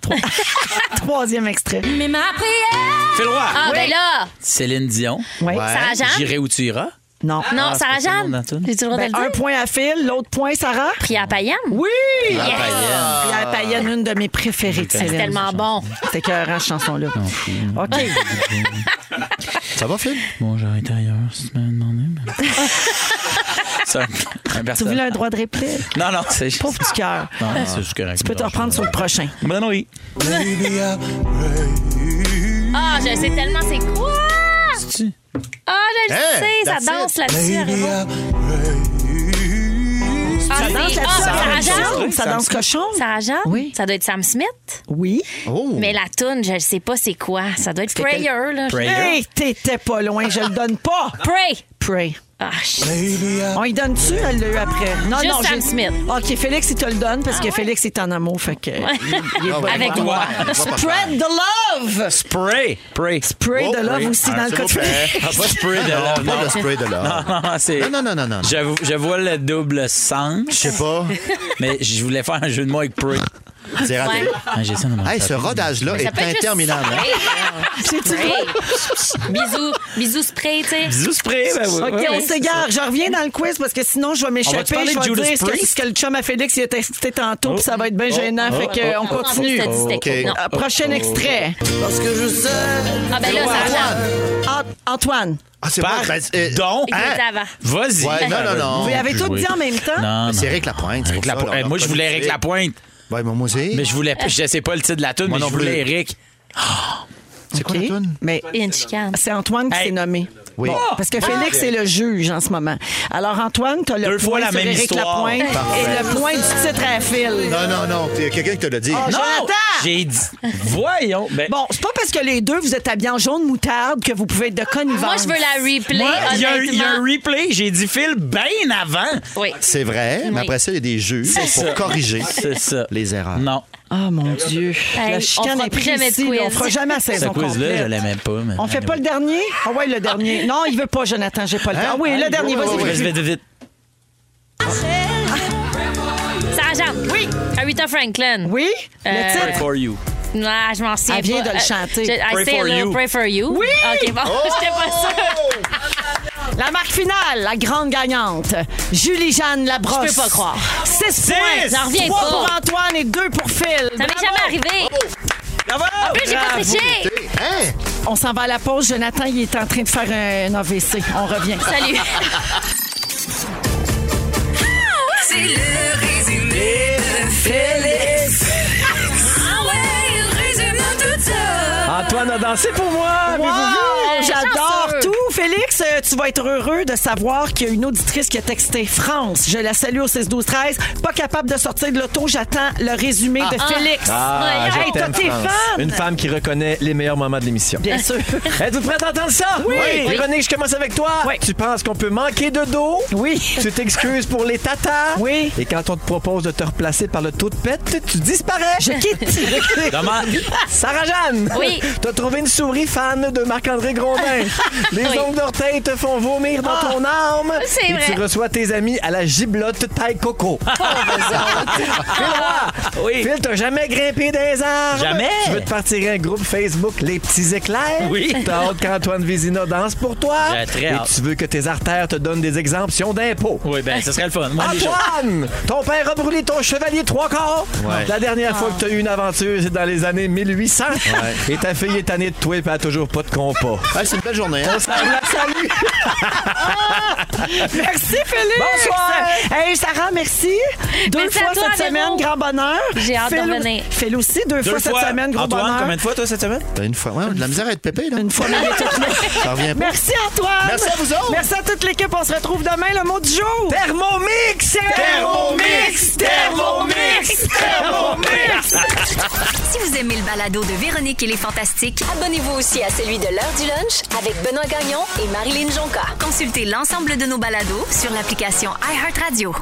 S2: Troisième extrait.
S7: Mais ma prière,
S1: Fais le roi.
S5: Ah, ben
S4: Hein?
S5: là,
S1: Céline Dion.
S2: Oui.
S4: Ouais.
S5: Sarah Jeanne.
S1: J'irai où tu iras.
S2: Non.
S5: Non,
S1: Ah,
S5: Sarah
S1: c'est pas le nom
S5: Jeanne.
S1: de la tune.
S5: J'ai-tu le droit de
S2: Ben,
S5: le
S2: un
S5: dire?
S2: point à Phil, l'autre point, Sarah.
S5: Prière païenne.
S2: Oui!
S1: Ah,
S5: Yes.
S1: païenne.
S2: La païenne, une de mes préférées de
S5: C'est
S2: Céline.
S5: tellement bon.
S2: C'était écœurant, cette chanson-là. OK.
S4: Ça va, Phil?
S1: Bon, j'arrête ailleurs si tu m'avais demandé. mais- C'est un, un
S2: tu voulais
S1: personnage.
S2: un droit de réplique?
S1: Non, non, c'est juste.
S2: Pauvre petit cœur.
S1: Non, non, c'est juste correct.
S2: Tu peux te reprendre sur le prochain.
S1: Ben non, oui.
S5: Ah, je sais tellement c'est quoi!
S1: C'est-tu?
S5: Ah, je le
S4: Hey,
S5: sais, ça
S4: that's
S5: danse
S4: it.
S5: là-dessus. Arnaud. Ah, c'est- Ah, Sarah Jeanne?
S2: Ça danse cochon?
S5: Sarah Jeanne?
S2: Oui.
S5: Ça doit être Sam Smith.
S2: Oui.
S4: Oh!
S5: Mais la toune, je ne sais pas c'est quoi. Ça doit être Prayer, là.
S1: Prayer.
S2: Hey, t'étais pas loin, je le donne pas.
S5: Pray!
S2: Pray.
S5: Ah, je-
S2: On y donne-tu? Elle l'a eu après. Non,
S5: Juste
S2: non,
S5: Sam
S2: j'ai-
S5: Smith. Ah
S2: OK, Félix, il te le donne parce que Félix est en amour. Fait que... il est
S4: Ah ouais.
S2: pas-
S5: Avec
S4: Ouais,
S5: moi.
S4: on va pas
S2: Spread the love!
S1: Spray. Pray.
S2: Spray
S4: Oh,
S2: de love
S4: oui.
S2: aussi
S4: Ah,
S2: dans le
S4: s'il
S2: cas
S4: vous
S2: de
S4: plaît.
S2: Félix.
S1: Ah, pas spray de
S4: faire.
S1: love,
S4: Non, pas
S1: non.
S4: le spray de
S1: Non,
S4: là.
S1: non, non, c'est.
S4: Non, non, non, non, non.
S1: Je, je vois le double sens,
S4: Je sais pas.
S1: mais je voulais faire un jeu de mots avec Pray.
S4: C'est raté.
S1: Ah, j'ai ça dans mon
S4: Hey, ce
S1: papier.
S4: rodage-là est
S5: ça peut être juste
S4: interminable. hein?
S5: Pray. Bisous, bisous spray, tu sais.
S1: Bisous, Spray. Ben, oui.
S2: OK,
S1: oui,
S2: on
S1: oui.
S2: s'égare. Je reviens dans le quiz parce que sinon, je vais
S1: On va-tu
S2: m'échapper.
S1: parler
S2: Je
S1: de
S2: vais
S1: Judas
S2: dire ce que,
S1: Priest? Oh.
S2: ce que le chum a Félix, il a testé tantôt, puis ça va être bien gênant. fait que on continue.
S5: Je te dis, c'était
S4: Ok.
S5: cool. Non.
S2: Euh,
S1: Oh.
S2: Prochain extrait.
S5: Ah, ben là, Sarah Jeanne.
S2: Ant- Antoine,
S4: Ah, c'est moi.
S1: Par-
S4: ben, euh,
S1: donc,
S5: Il était avant.
S1: vas-y.
S4: Ouais, non, non, non.
S2: vous
S4: non
S2: avez
S1: plus,
S2: tout
S1: oui.
S2: dit en même temps?
S1: Oh, Non,
S4: Mais
S1: Ah, non.
S4: c'est Rick Lapointe. c'est
S1: Rick
S4: pour ça,
S1: Lapointe.
S4: là, on
S1: Hey,
S4: leur
S1: moi, je voulais
S4: connaît.
S1: Rick Lapointe,
S4: Ouais, mais moi aussi.
S1: mais je voulais pas, je sais pas le titre de la tune,
S4: Moi
S1: mais je
S4: non plus.
S1: voulais Eric.
S4: C'est quoi
S2: OK.
S4: la toune?
S2: Mais
S5: Il y a une chicane.
S2: c'est Antoine qui
S1: Hey. Oh.
S2: s'est nommé.
S4: Oui.
S2: Parce que Félix est le juge en ce moment. Alors, Antoine, tu as le
S1: Ah. Deux
S2: point
S1: fois la
S2: sur
S1: même
S2: Éric
S1: histoire.
S2: Lapointe
S4: Parfait.
S2: et le point du titre à Phil.
S4: Non, non, non. Il y a quelqu'un qui te l'a dit.
S2: Ah, Jonathan!
S1: J'ai dit. Voyons. Ben,
S2: Bon, c'est pas parce que les deux, vous êtes habillés en jaune moutarde que vous pouvez être de connivence.
S5: Moi, je veux la replay,
S1: moi, il y, a un- il y a un
S5: honnêtement.
S1: replay. J'ai dit Phil bien avant.
S5: Oui.
S4: C'est vrai, mais
S5: Oui.
S4: après ça, il y a des jeux pour
S1: ça.
S4: corriger
S1: C'est ça.
S4: les erreurs.
S1: Non.
S2: Ah, mon Dieu.
S5: Hey,
S2: la
S5: on
S2: chicane
S5: fera
S2: est
S5: plus
S2: prise
S5: jamais de
S2: ici,
S5: quiz.
S2: On fera jamais la
S1: Ce
S2: saison
S1: quiz-là, je
S2: complète.
S1: l'aimais pas. mais-
S2: On fait pas le dernier? Ah ouais, le dernier. Non, il veut pas, Jonathan, j'ai
S5: Hein?
S2: pas le temps. Ah oui, le dernier,
S4: oui,
S2: vas-y.
S4: oui,
S1: Vite,
S4: oui.
S1: vite, vite.
S5: Sarah Jeanne.
S2: Oui,
S5: Aretha Franklin.
S2: oui.
S5: Euh,
S2: Le
S1: Pray
S2: titre.
S1: for you.
S5: Ah, je m'en souviens
S2: Elle vient
S5: pas.
S2: de le
S5: Euh,
S2: chanter.
S5: je- I
S1: Pray
S5: Say a
S1: for
S5: Little
S1: You.
S5: Pray for You.
S2: Oui!
S5: OK, bon, j'étais pas sûre.
S2: La marque finale, la grande gagnante, Julie-Jeanne Labrosse.
S5: Je peux pas croire.
S2: 6 points.
S5: J'en reviens
S2: 3
S5: pas.
S2: pour Antoine et 2 pour Phil.
S5: Ça m'est
S2: Bravo.
S5: jamais arrivé.
S1: Bravo!
S5: En plus, j'ai pas triché.
S4: T'sais, hein?
S2: On s'en va à la pause. Jonathan, il est en train de faire un AVC. On revient.
S5: Salut.
S7: C'est le résumé de Félix. Ah ouais, il résume tout ça.
S9: Antoine a dansé pour moi.
S2: Wow,
S9: avez-vous vu?
S2: J'adore
S5: Eh, chanceux.
S2: tout. Félix, euh, tu vas être heureux de savoir qu'il y a une auditrice qui a texté France. Je la salue au 6-12-13. Pas capable de sortir de l'auto. J'attends le résumé
S5: Ah,
S2: de Félix.
S9: Ah,
S2: Hey,
S9: je
S2: toi,
S9: t'aime,
S2: t'es
S9: France.
S2: fan.
S9: Une femme qui reconnaît les meilleurs moments de l'émission.
S2: Bien sûr.
S9: Êtes-vous prête à entendre ça? Oui! Véronique, je commence avec toi.
S2: Oui.
S9: Tu penses qu'on peut manquer de dos?
S2: Oui.
S9: Tu t'excuses pour les tatas?
S2: Oui.
S9: Et quand on te propose de te replacer par le taux de pète, tu disparais.
S2: Je quitte.
S1: Demande-
S9: Sarah-Jeanne!
S5: Oui.
S9: T'as trouvé une souris fan de Marc-André Grondin. Les
S5: Oui.
S9: ongles d'orteil te font vomir dans
S2: Ah.
S9: ton arme.
S5: c'est
S9: et tu
S5: vrai.
S9: reçois tes amis à la giblotte taille coco. Phil,
S1: Oui.
S9: Phil, t'as jamais grimpé des arbres.
S1: Jamais.
S9: Tu veux te partir un groupe Facebook Les Petits Éclairs.
S1: Oui.
S9: T'as hâte qu'Antoine Vézina danse pour toi.
S1: J'ai très
S9: et
S1: hâte.
S9: tu veux que tes artères te donnent des exemptions d'impôts.
S1: Oui, ben, ce serait le fun. Moi, les choses.
S9: Antoine, ton père a brûlé ton chevalier trois quarts.
S4: Ouais.
S9: La dernière fois que tu as eu une aventure, c'est dans les années 1800. Et ta fille est tannée de toi et elle a toujours pas de compas.
S4: Ah, c'est une belle journée. hein?
S9: Salut!
S2: Merci, Félix.
S9: Bonsoir.
S2: Hey, Sarah, merci. Deux
S5: Merci
S2: fois
S5: à toi,
S2: cette
S5: Véro.
S2: semaine, grand bonheur.
S5: J'ai hâte de
S2: Phil-
S5: revenir.
S2: Phil aussi, deux,
S1: Deux
S2: fois, cette semaine, gros
S1: Antoine,
S2: bonheur.
S1: combien de fois, toi, cette semaine?
S4: T'as une fois. Ouais, on a de la misère à être pépé, là.
S2: Une fois, mais il est tout là.
S4: Ça revient pas.
S2: Merci, Antoine.
S4: Merci à vous autres.
S2: Merci à toute l'équipe. On se retrouve demain, le mot du jour.
S9: Thermomix!
S4: hein?
S2: Thermomix! Thermomix! Thermomix!
S3: Si vous aimez le balado de Véronique et les Fantastiques, abonnez-vous aussi à celui de l'heure du lunch avec Benoît Gagnon et Marilyn Jonca. Consultez l'ensemble de nos balados sur l'application iHeartRadio.